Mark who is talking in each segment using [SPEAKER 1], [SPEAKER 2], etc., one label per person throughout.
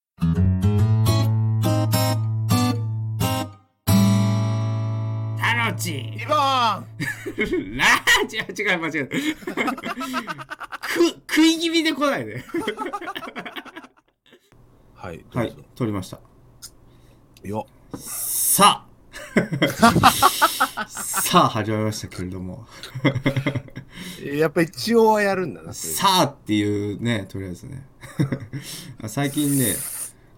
[SPEAKER 1] ーチ
[SPEAKER 2] リボーン
[SPEAKER 1] ラーチあ違う間違えた く食い気味で来ないで
[SPEAKER 3] はい、ど
[SPEAKER 1] は
[SPEAKER 3] う
[SPEAKER 1] い
[SPEAKER 3] ぞ。
[SPEAKER 1] 取りました
[SPEAKER 3] よ
[SPEAKER 1] さあ さあ始まりましたけれども
[SPEAKER 3] やっぱ一応はやるんだな。それ
[SPEAKER 1] さあっていうねとりあえずね 最近ね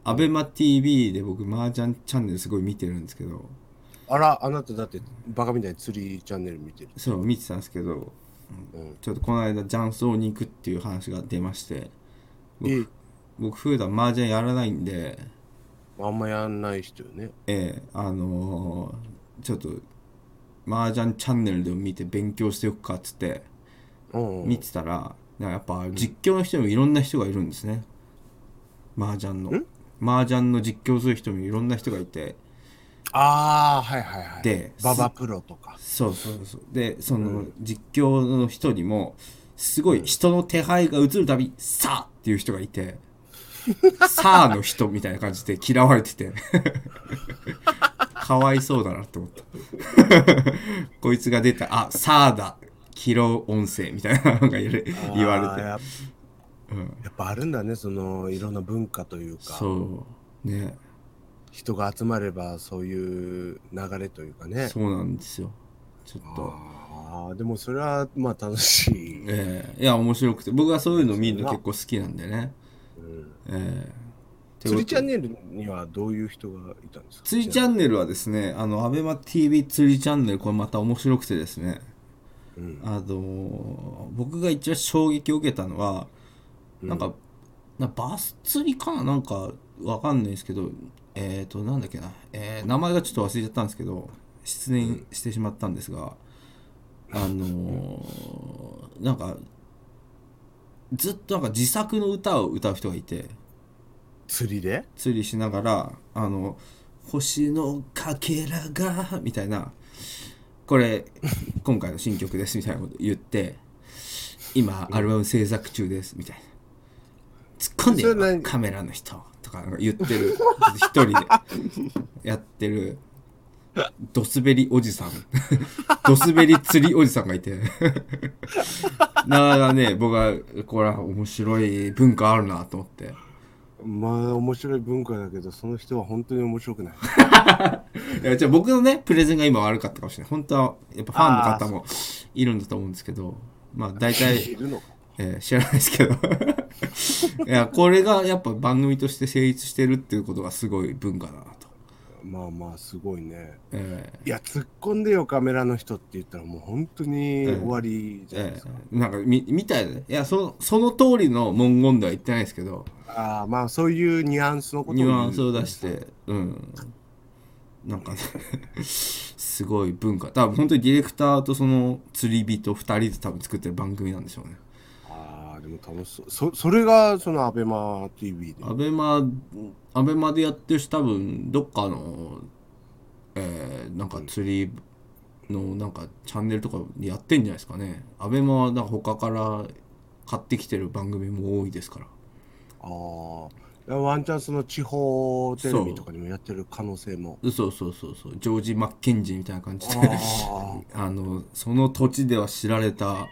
[SPEAKER 1] アベマ t v で僕麻雀チャンネルすごい見てるんですけど
[SPEAKER 3] あら、あなただってバカみたいに釣りチャンネル見てる。
[SPEAKER 1] そう見てたんですけど
[SPEAKER 3] うん。
[SPEAKER 1] ちょっとこの間雀荘に行くっていう話が出まして僕
[SPEAKER 3] え
[SPEAKER 1] 僕普段麻雀やらないんで
[SPEAKER 3] あんまやんない人よね。
[SPEAKER 1] ええあのーちょっと麻雀チャンネルでも見て勉強しておくかっつって
[SPEAKER 3] うん、うん
[SPEAKER 1] 見。てたらなんかやっぱ実況の人にもいろんな人がいるんですね麻雀の
[SPEAKER 3] ん
[SPEAKER 1] 麻雀の実況する人にもいろんな人がいて
[SPEAKER 3] ああ、はいはいはい。
[SPEAKER 1] で
[SPEAKER 3] ババプロとか。
[SPEAKER 1] そうそうそうでその実況の人にもすごい人の手配が映るたび「さあ!」っていう人がいて 「さあ!」の人みたいな感じで嫌われててかわいそうだなって思った こいつが出た「あさあだ!」キロ音声みたいなのが言われ言わ
[SPEAKER 3] あー
[SPEAKER 1] れて、
[SPEAKER 3] やっ
[SPEAKER 1] うん、
[SPEAKER 3] やっぱあるんだね、そのいろんな文化というか、
[SPEAKER 1] そうね
[SPEAKER 3] 人が集まればそういう流れというかね。
[SPEAKER 1] そうなんですよちょっと
[SPEAKER 3] ああ、でもそれはまあ楽しい。
[SPEAKER 1] ええいや面白くて僕はそういうの見るの結構好きなんでね
[SPEAKER 3] うん、
[SPEAKER 1] ええ
[SPEAKER 3] 釣りチャン
[SPEAKER 1] ネル
[SPEAKER 3] ネルにはどういう人がいたんですか
[SPEAKER 1] 釣りチャンネルはですね、あの、アベマ TV 釣りチャンネル、これまた面白くてですね、
[SPEAKER 3] うん
[SPEAKER 1] あのー僕が一番衝撃を受けたのは、なんか、なバス釣りかななんか、わかんないですけど、えっ、ー、と、なんだっけな、えー名前がちょっと忘れちゃったんですけど、失念してしまったんですが、あのーなんか、ずっとなんか自作の歌を歌う人がいて、
[SPEAKER 3] 釣りで
[SPEAKER 1] 釣りしながら「あの星のかけらが」みたいな「これ今回の新曲です」みたいなこと言って「今アルバム制作中です」みたいな「突っ込んで
[SPEAKER 3] それ
[SPEAKER 1] よ
[SPEAKER 3] 何
[SPEAKER 1] カメラの人」とかなんか言ってる一人でやってるドスベリおじさんドスベリ釣りおじさんがいてなかなかね僕はこれは面白い文化あるなと思って。
[SPEAKER 3] まあ面白い文化だけどその人は本当に面白くない。
[SPEAKER 1] いやじゃあ僕のねプレゼンが今悪かったかもしれない本当はやっぱファンの方もいるんだと思うんですけどまあ大体、
[SPEAKER 3] いるのか
[SPEAKER 1] えー知らないですけど いやこれがやっぱ番組として成立してるっていうことがすごい文化だなと、
[SPEAKER 3] まあまあすごいね。
[SPEAKER 1] え
[SPEAKER 3] いや突っ込んでよカメラの人って言ったらもう本当に終わり
[SPEAKER 1] ー
[SPEAKER 3] じゃないで
[SPEAKER 1] え
[SPEAKER 3] すか。
[SPEAKER 1] ーなんかみみたいでいやそその通りの文言では言ってないですけど
[SPEAKER 3] ああまあそういうニュアンスのことを
[SPEAKER 1] ニ
[SPEAKER 3] 言う
[SPEAKER 1] ュアンスを出してうんなんかねすごい文化多分本当にディレクターとその釣り人2人で多分作ってる番組なんでしょうね
[SPEAKER 3] ああでも楽しそうそそれがそのアベマ t v で
[SPEAKER 1] アベマアベマでやってるし多分どっかのえーなんか釣りのなんかチャンネルとかでやってんじゃないですかねアベマはなんか他から買ってきてる番組も多いですから
[SPEAKER 3] ああワンチャンその地方テレビとかにもやってる可能性も
[SPEAKER 1] そうそうそうそうジョージ・マッケンジーみたいな感じで
[SPEAKER 3] あ
[SPEAKER 1] あのその土地では知られた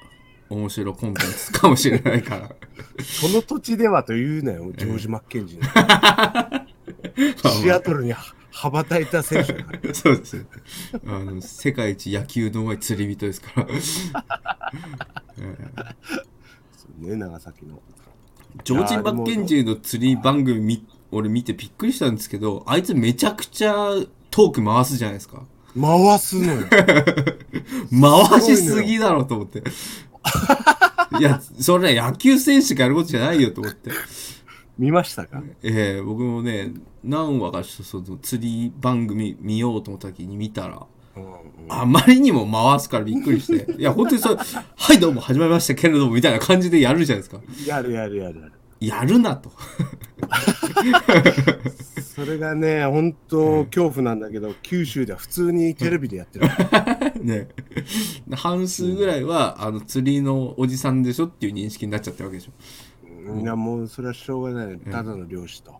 [SPEAKER 1] 面白コンテンツかもしれないから
[SPEAKER 3] あその土地ではというなよジョージ・マッケンジー の、シアトルには羽ばたいた選手だから
[SPEAKER 1] そうですあの世界一野球の上手い釣り人ですから
[SPEAKER 3] そうね長崎の
[SPEAKER 1] ジョージ・マッケンジーの釣り番組み俺見てびっくりしたんですけどあいつめちゃくちゃトーク回すじゃないですか
[SPEAKER 3] 回すの よ
[SPEAKER 1] 回しすぎだろと思っていやそれ野球選手がやることじゃないよと思って、
[SPEAKER 3] 見ましたか
[SPEAKER 1] ええ僕もね何話かその釣り番組見ようと思った時に見たら
[SPEAKER 3] うんうん
[SPEAKER 1] あまりにも回すからびっくりしていや本当にそれ「はいどうも始まりましたけれども」みたいな感じでやるじゃないですか
[SPEAKER 3] やるやるやるやる
[SPEAKER 1] やるなと
[SPEAKER 3] それがね本当恐怖なんだけど九州では普通にテレビでやってる
[SPEAKER 1] ね、半数ぐらいは、あの釣りのおじさんでしょっていう認識になっちゃってるわけでしょ。
[SPEAKER 3] いやもうそれはしょうがないただの漁師と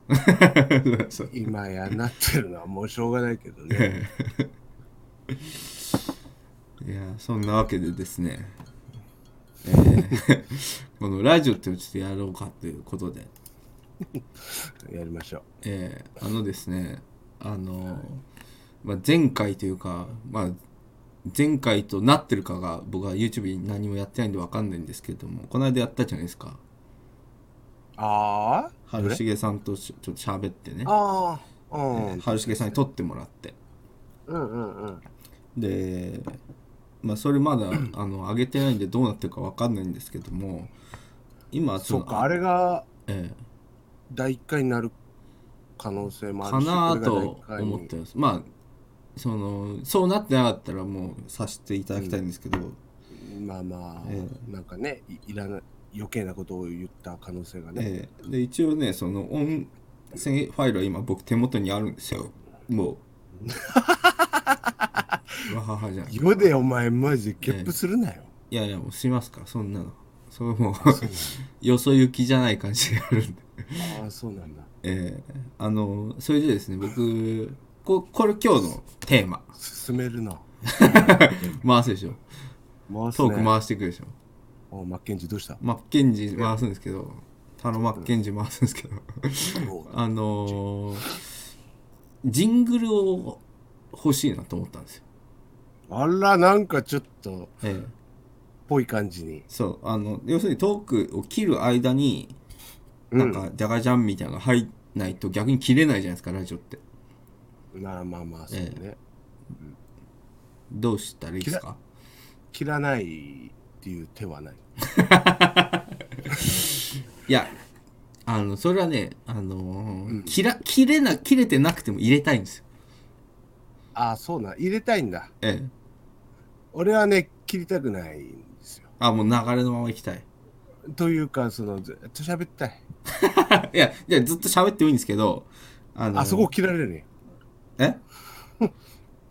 [SPEAKER 1] そう
[SPEAKER 3] 今やなってるのはもうしょうがないけどね
[SPEAKER 1] いやそんなわけでですね、えー このラジオっていうのをちょっとやろうかということで、
[SPEAKER 3] やりましょう。
[SPEAKER 1] えーあのですねあの、まあ、前回というか、まあ、前回となってるかが僕は YouTube に何もやってないんでわかんないんですけどもこの間やったじゃないですか
[SPEAKER 3] ああ
[SPEAKER 1] 春重さんとしちょっと喋ってね
[SPEAKER 3] ああ、う
[SPEAKER 1] えー
[SPEAKER 3] ん。
[SPEAKER 1] 春重さんに撮ってもらって
[SPEAKER 3] うんうんうん。
[SPEAKER 1] で、まあ、それま だあの上げてないんでどうなってるかわかんないんですけども今
[SPEAKER 3] そ
[SPEAKER 1] の
[SPEAKER 3] っか、あれが
[SPEAKER 1] ええ
[SPEAKER 3] 第一回になる可能性もあ
[SPEAKER 1] か
[SPEAKER 3] るし、
[SPEAKER 1] な
[SPEAKER 3] これが第
[SPEAKER 1] と
[SPEAKER 3] 一回に
[SPEAKER 1] 思ってますまあそのそうなってなかったらもうさせていただきたいんですけど、
[SPEAKER 3] まあまあ、
[SPEAKER 1] え
[SPEAKER 3] なんかねい、いらない、余計なことを言った可能性がね。
[SPEAKER 1] ええで一応ねその音声ファイルは今僕手元にあるんですよも うわははじゃない
[SPEAKER 3] 今でお前、マジでゲップするなよ。
[SPEAKER 1] いやいやもうしますからそんなのそれもうよそ行きじゃない感じがあるんで
[SPEAKER 3] ああ、そうなんだ。
[SPEAKER 1] ええあのそれでですね僕ここれ今日のテーマ
[SPEAKER 3] 進め るな。
[SPEAKER 1] 回すでしょ
[SPEAKER 3] 回す
[SPEAKER 1] ト
[SPEAKER 3] ね、
[SPEAKER 1] ーク回していくでしょ
[SPEAKER 3] おマッケンジーどうした
[SPEAKER 1] マッケンジー回すんですけどタロマッケンジー回すんですけどあのージングルを欲しいなと思ったんですよ、
[SPEAKER 3] あら、なんかちょっと、
[SPEAKER 1] ええ
[SPEAKER 3] ぽい感じに。
[SPEAKER 1] そうあの要するにトークを切る間になんかじゃがじゃんみたいなのが入んないと逆に切れないじゃないですかラジオって
[SPEAKER 3] なあまあまあ、そうね。
[SPEAKER 1] どうしたらいいですか
[SPEAKER 3] 切らないっていう手はない。
[SPEAKER 1] いやあのそれはねあのー切ら切れな切れてなくても入れたいんですよ
[SPEAKER 3] ああ、そうな。入れたいんだ。
[SPEAKER 1] ええ
[SPEAKER 3] 俺はね、切りたくないんですよ。
[SPEAKER 1] あもう流れのまま行きたい
[SPEAKER 3] というか、その、ずっと喋ったい。
[SPEAKER 1] いやいやずっと喋ってもいいんですけどあのー
[SPEAKER 3] あそこ切られるね。
[SPEAKER 1] え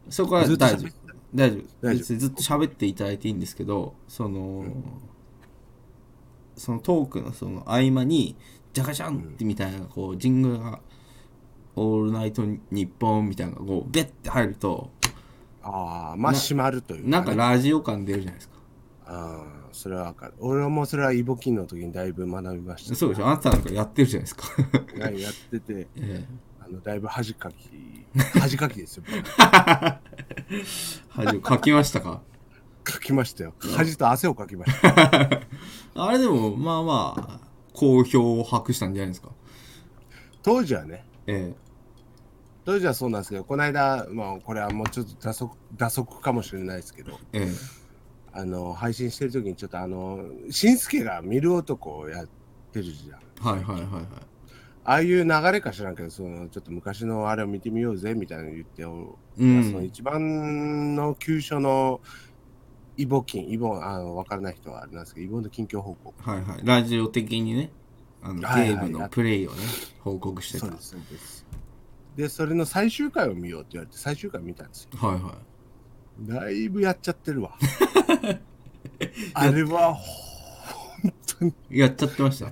[SPEAKER 1] そこは
[SPEAKER 3] ず
[SPEAKER 1] 大
[SPEAKER 3] っと
[SPEAKER 1] 丈夫
[SPEAKER 3] 喋って
[SPEAKER 1] 大丈夫
[SPEAKER 3] 大丈夫
[SPEAKER 1] 別にずっと喋っていただいていいんですけどその、そのトークのその合間にジャカジャンってみたいなこうジングルが「オールナイトニッポン」みたいなのがこうベッて入ると
[SPEAKER 3] ああ、まあ、閉まるという、
[SPEAKER 1] なんかラジオ感出るじゃないですか
[SPEAKER 3] ああ、それはわかる。俺はもうそれはイボキンの時にだいぶ学びました。
[SPEAKER 1] そうでしょあなたなんかやってるじゃないですか、
[SPEAKER 3] はいやってて、
[SPEAKER 1] ええ
[SPEAKER 3] あの、だいぶ恥かき、恥かきですよ。
[SPEAKER 1] 恥をかきましたか
[SPEAKER 3] かきましたよ。恥と汗をかきました。
[SPEAKER 1] あれでもまあまあ好評を博したんじゃないですか
[SPEAKER 3] 当時はね、
[SPEAKER 1] ええ
[SPEAKER 3] 当時はそうなんですけど、この間、まあ、これはもうちょっと打足、打足かもしれないですけど、
[SPEAKER 1] ええ
[SPEAKER 3] あの、配信してる時にちょっとあの、しんすけが見る男をやってるじゃん。
[SPEAKER 1] はいはいはいはい
[SPEAKER 3] ああいう流れか知らんけど、その、ちょっと昔のあれを見てみようぜ、みたいなの言って、お
[SPEAKER 1] うん
[SPEAKER 3] その一番の急所のイボ菌、イボ、あの、わからない人はあれなんですけど、イボの近況報告。
[SPEAKER 1] はいはい、ラジオ的にねあの、
[SPEAKER 3] はいはい
[SPEAKER 1] ゲームのプレイをね報告してた
[SPEAKER 3] そう
[SPEAKER 1] はい
[SPEAKER 3] です、そうです。で、それの最終回を見ようって言われて、最終回見たんですよ。
[SPEAKER 1] は
[SPEAKER 3] だいぶやっちゃっ てるわ。あれは、本当に
[SPEAKER 1] いやっちゃってました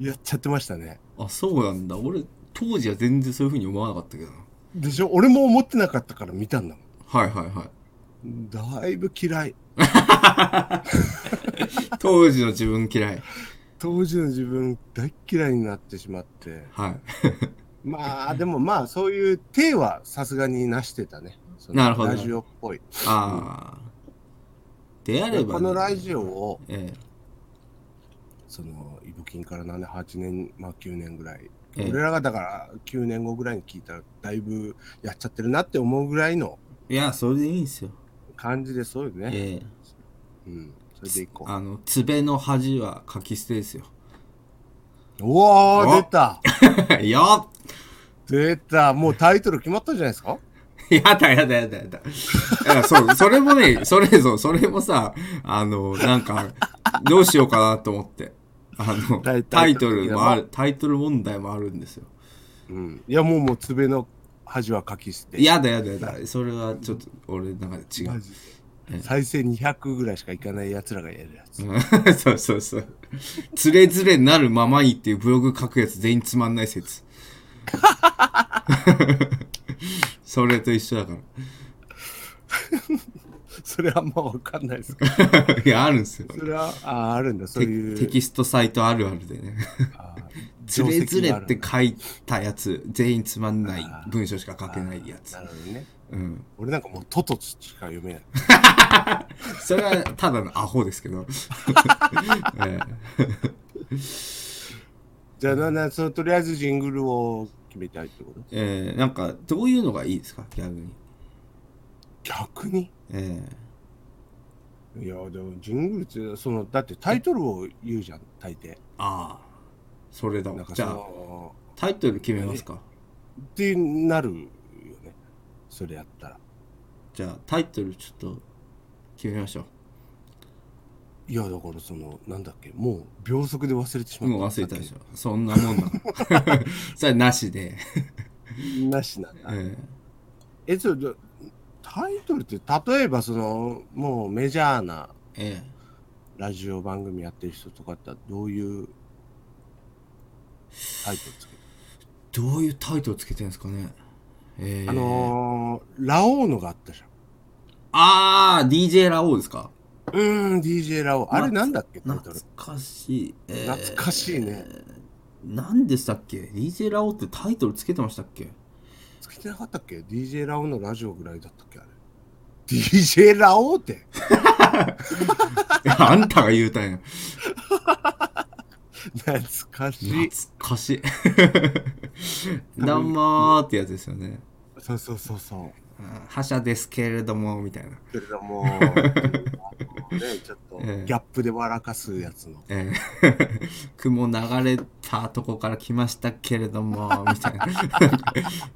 [SPEAKER 3] やっちゃってましたね。
[SPEAKER 1] あそうなんだ俺当時は全然そういうふうに思わなかったけどな
[SPEAKER 3] でしょ俺も思ってなかったから見たんだもん。
[SPEAKER 1] はいはい はい
[SPEAKER 3] だいぶ嫌い。
[SPEAKER 1] 当時の自分嫌い
[SPEAKER 3] 当時の自分、大っ嫌いになってしまって。
[SPEAKER 1] はい
[SPEAKER 3] まあ、でもまあ、そういう手はさすがになしてたね。その
[SPEAKER 1] なるほど
[SPEAKER 3] ラジオっぽい。
[SPEAKER 1] ああであれば、ね、
[SPEAKER 3] このラジオを、
[SPEAKER 1] え
[SPEAKER 3] その、イブキンからなんで8年、まあ9年ぐらい。
[SPEAKER 1] ええ
[SPEAKER 3] 俺らがだから9年後ぐらいに聞いたら、だいぶやっちゃってるなって思うぐらいの
[SPEAKER 1] えいやそれでいいんですよ
[SPEAKER 3] 感じで、そうよね。
[SPEAKER 1] ええ
[SPEAKER 3] うん。それでいこう。
[SPEAKER 1] あのつべの恥は書き捨てですよ
[SPEAKER 3] うわ
[SPEAKER 1] お
[SPEAKER 3] ー、出た
[SPEAKER 1] よっ
[SPEAKER 3] 出たもうタイトル決まったんじゃないですか
[SPEAKER 1] やだやだやだや だ。いやそう、それもね、それぞ、それもさ、あの、なんか、どうしようかなと思って。あの、
[SPEAKER 3] タイ
[SPEAKER 1] タイトルもある、タイトル問題もあるんですよ。
[SPEAKER 3] うん。いや、もうもう、つべの恥はかき捨て。
[SPEAKER 1] やだやだやだ。それはちょっと、俺の中で違
[SPEAKER 3] マ
[SPEAKER 1] う。
[SPEAKER 3] ジで。再生200ぐらいしかいかない奴らがやるやつ。
[SPEAKER 1] うん そうそうそう。つれづれなるままにっていうブログ書くやつ全員つまんない説。 それと一緒だから。
[SPEAKER 3] それあんまわかんないですけど。
[SPEAKER 1] いやあるんですよ
[SPEAKER 3] それは、ああるんだ、そう
[SPEAKER 1] テ
[SPEAKER 3] いう。
[SPEAKER 1] テキストサイトあるあるでね
[SPEAKER 3] あ
[SPEAKER 1] 「
[SPEAKER 3] ー
[SPEAKER 1] ずれずれ」
[SPEAKER 3] 定石があ
[SPEAKER 1] っ
[SPEAKER 3] る
[SPEAKER 1] て書いたやつ全員つまんない
[SPEAKER 3] あー
[SPEAKER 1] 文章しか書けないやつ
[SPEAKER 3] なるほどね。
[SPEAKER 1] うん
[SPEAKER 3] 俺なんかもうトトしか読めない。
[SPEAKER 1] それはただのアホですけど、 え
[SPEAKER 3] じゃあ、ななそのとりあえずジングルを決めたいってこと
[SPEAKER 1] えええなんかどういうのがいいですか逆に、
[SPEAKER 3] 逆に
[SPEAKER 1] え
[SPEAKER 3] いや、でもジングルって、その、だってタイトルを言うじゃん、大抵。
[SPEAKER 1] えああそれだ
[SPEAKER 3] な
[SPEAKER 1] わ
[SPEAKER 3] んか
[SPEAKER 1] じ
[SPEAKER 3] そ
[SPEAKER 1] ゃあ
[SPEAKER 3] の、
[SPEAKER 1] タイトル決めますか
[SPEAKER 3] ってなるよね。それやったら。
[SPEAKER 1] じゃあタイトルちょっと決めましょ
[SPEAKER 3] いや、だからその、なんだっけ、もう秒速で忘れてし
[SPEAKER 1] う
[SPEAKER 3] まった。
[SPEAKER 1] もう忘れたでしょそんなも んだ それなしで、
[SPEAKER 3] なしなんだ。
[SPEAKER 1] え
[SPEAKER 3] え、そう、どタイトルって、例えばその、もうメジャーな
[SPEAKER 1] ええ
[SPEAKER 3] ラジオ番組やってる人とかだったら、どういうタイトルつける
[SPEAKER 1] えどういうタイトルつけてるんですかねええ
[SPEAKER 3] あのー、ラオウのがあったじゃん。
[SPEAKER 1] ああ DJ ラオウですか
[SPEAKER 3] うーん、DJ ラオウ。あれなんだっけ、タイト
[SPEAKER 1] 懐
[SPEAKER 3] ル。
[SPEAKER 1] かしい、ええ
[SPEAKER 3] 懐かしいね。
[SPEAKER 1] 何でしたっけ ?DJ ラオウってタイトルつけてましたっけ
[SPEAKER 3] つけてなかったっけ ?DJ ラオウのラジオぐらいだったっけあれ。DJ ラオウって。
[SPEAKER 1] あんたが言うたんや。
[SPEAKER 3] 懐かし
[SPEAKER 1] 懐
[SPEAKER 3] い。
[SPEAKER 1] か しい。どうもーってやつですよね。
[SPEAKER 3] そうそうそうそう。
[SPEAKER 1] うん覇者ですけれども、みたいな。
[SPEAKER 3] けれど も、あのね、ちょっとギ
[SPEAKER 1] ええ
[SPEAKER 3] ャップで笑かすやつの。
[SPEAKER 1] えー 雲流れたとこから来ましたけれども、みたい な。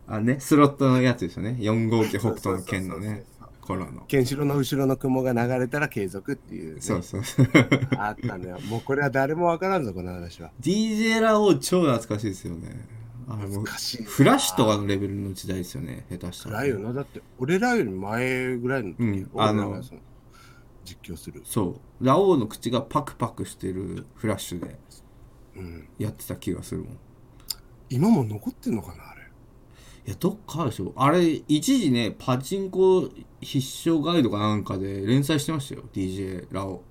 [SPEAKER 1] あね、スロットのやつですよね。4号機北斗の剣のね、
[SPEAKER 3] そうそうそうそう。
[SPEAKER 1] 頃の。
[SPEAKER 3] ケンシロウの後ろの雲が流れたら継続っていう、ね。
[SPEAKER 1] そうそうそう。
[SPEAKER 3] あったんだよ。もうこれは誰もわからんぞ、この話は。
[SPEAKER 1] DJ ラオウ超懐かしいですよね。あれもう
[SPEAKER 3] 懐かしいな
[SPEAKER 1] フラッシュとかのレベルの時代ですよね、下手したら
[SPEAKER 3] 暗い。よな。だって、俺らより前ぐらいの時、
[SPEAKER 1] うん
[SPEAKER 3] 俺らが
[SPEAKER 1] あの
[SPEAKER 3] その実況する。
[SPEAKER 1] そう。ラオウの口がパクパクしてるフラッシュで
[SPEAKER 3] うん。
[SPEAKER 1] やってた気がするもん。い
[SPEAKER 3] 今も残ってんのかな、あれ。
[SPEAKER 1] や、どっかあるでしょ。あれ、一時ね、パチンコ必勝ガイドかなんかで連載してましたよ、DJ ラオ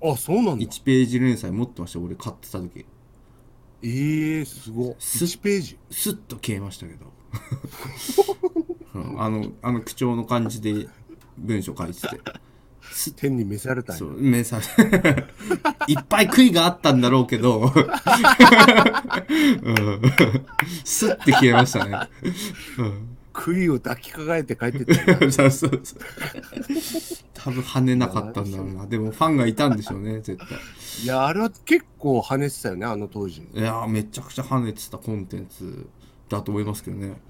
[SPEAKER 1] ウ。
[SPEAKER 3] あ、そうなんだ。
[SPEAKER 1] 1ページ連載持ってましたよ俺買ってた時
[SPEAKER 3] ええすごい。
[SPEAKER 1] す
[SPEAKER 3] 1ページ。
[SPEAKER 1] スッと消えましたけ どうんあのあの口調の感じで文章書いててスッ
[SPEAKER 3] 天に召されたんや
[SPEAKER 1] そう目さ いっぱい悔いがあったんだろうけど、 うん、スッて消えましたね、
[SPEAKER 3] 杭を抱きかかえて帰ってったんや
[SPEAKER 1] うん、そうそうそう多分跳ねなかったんだろうなでもファンがいたんでしょうね絶対
[SPEAKER 3] いや、あれは結構跳ねてたよね、あの当時。
[SPEAKER 1] いやーめちゃくちゃ跳ねてたコンテンツだと思いますけどね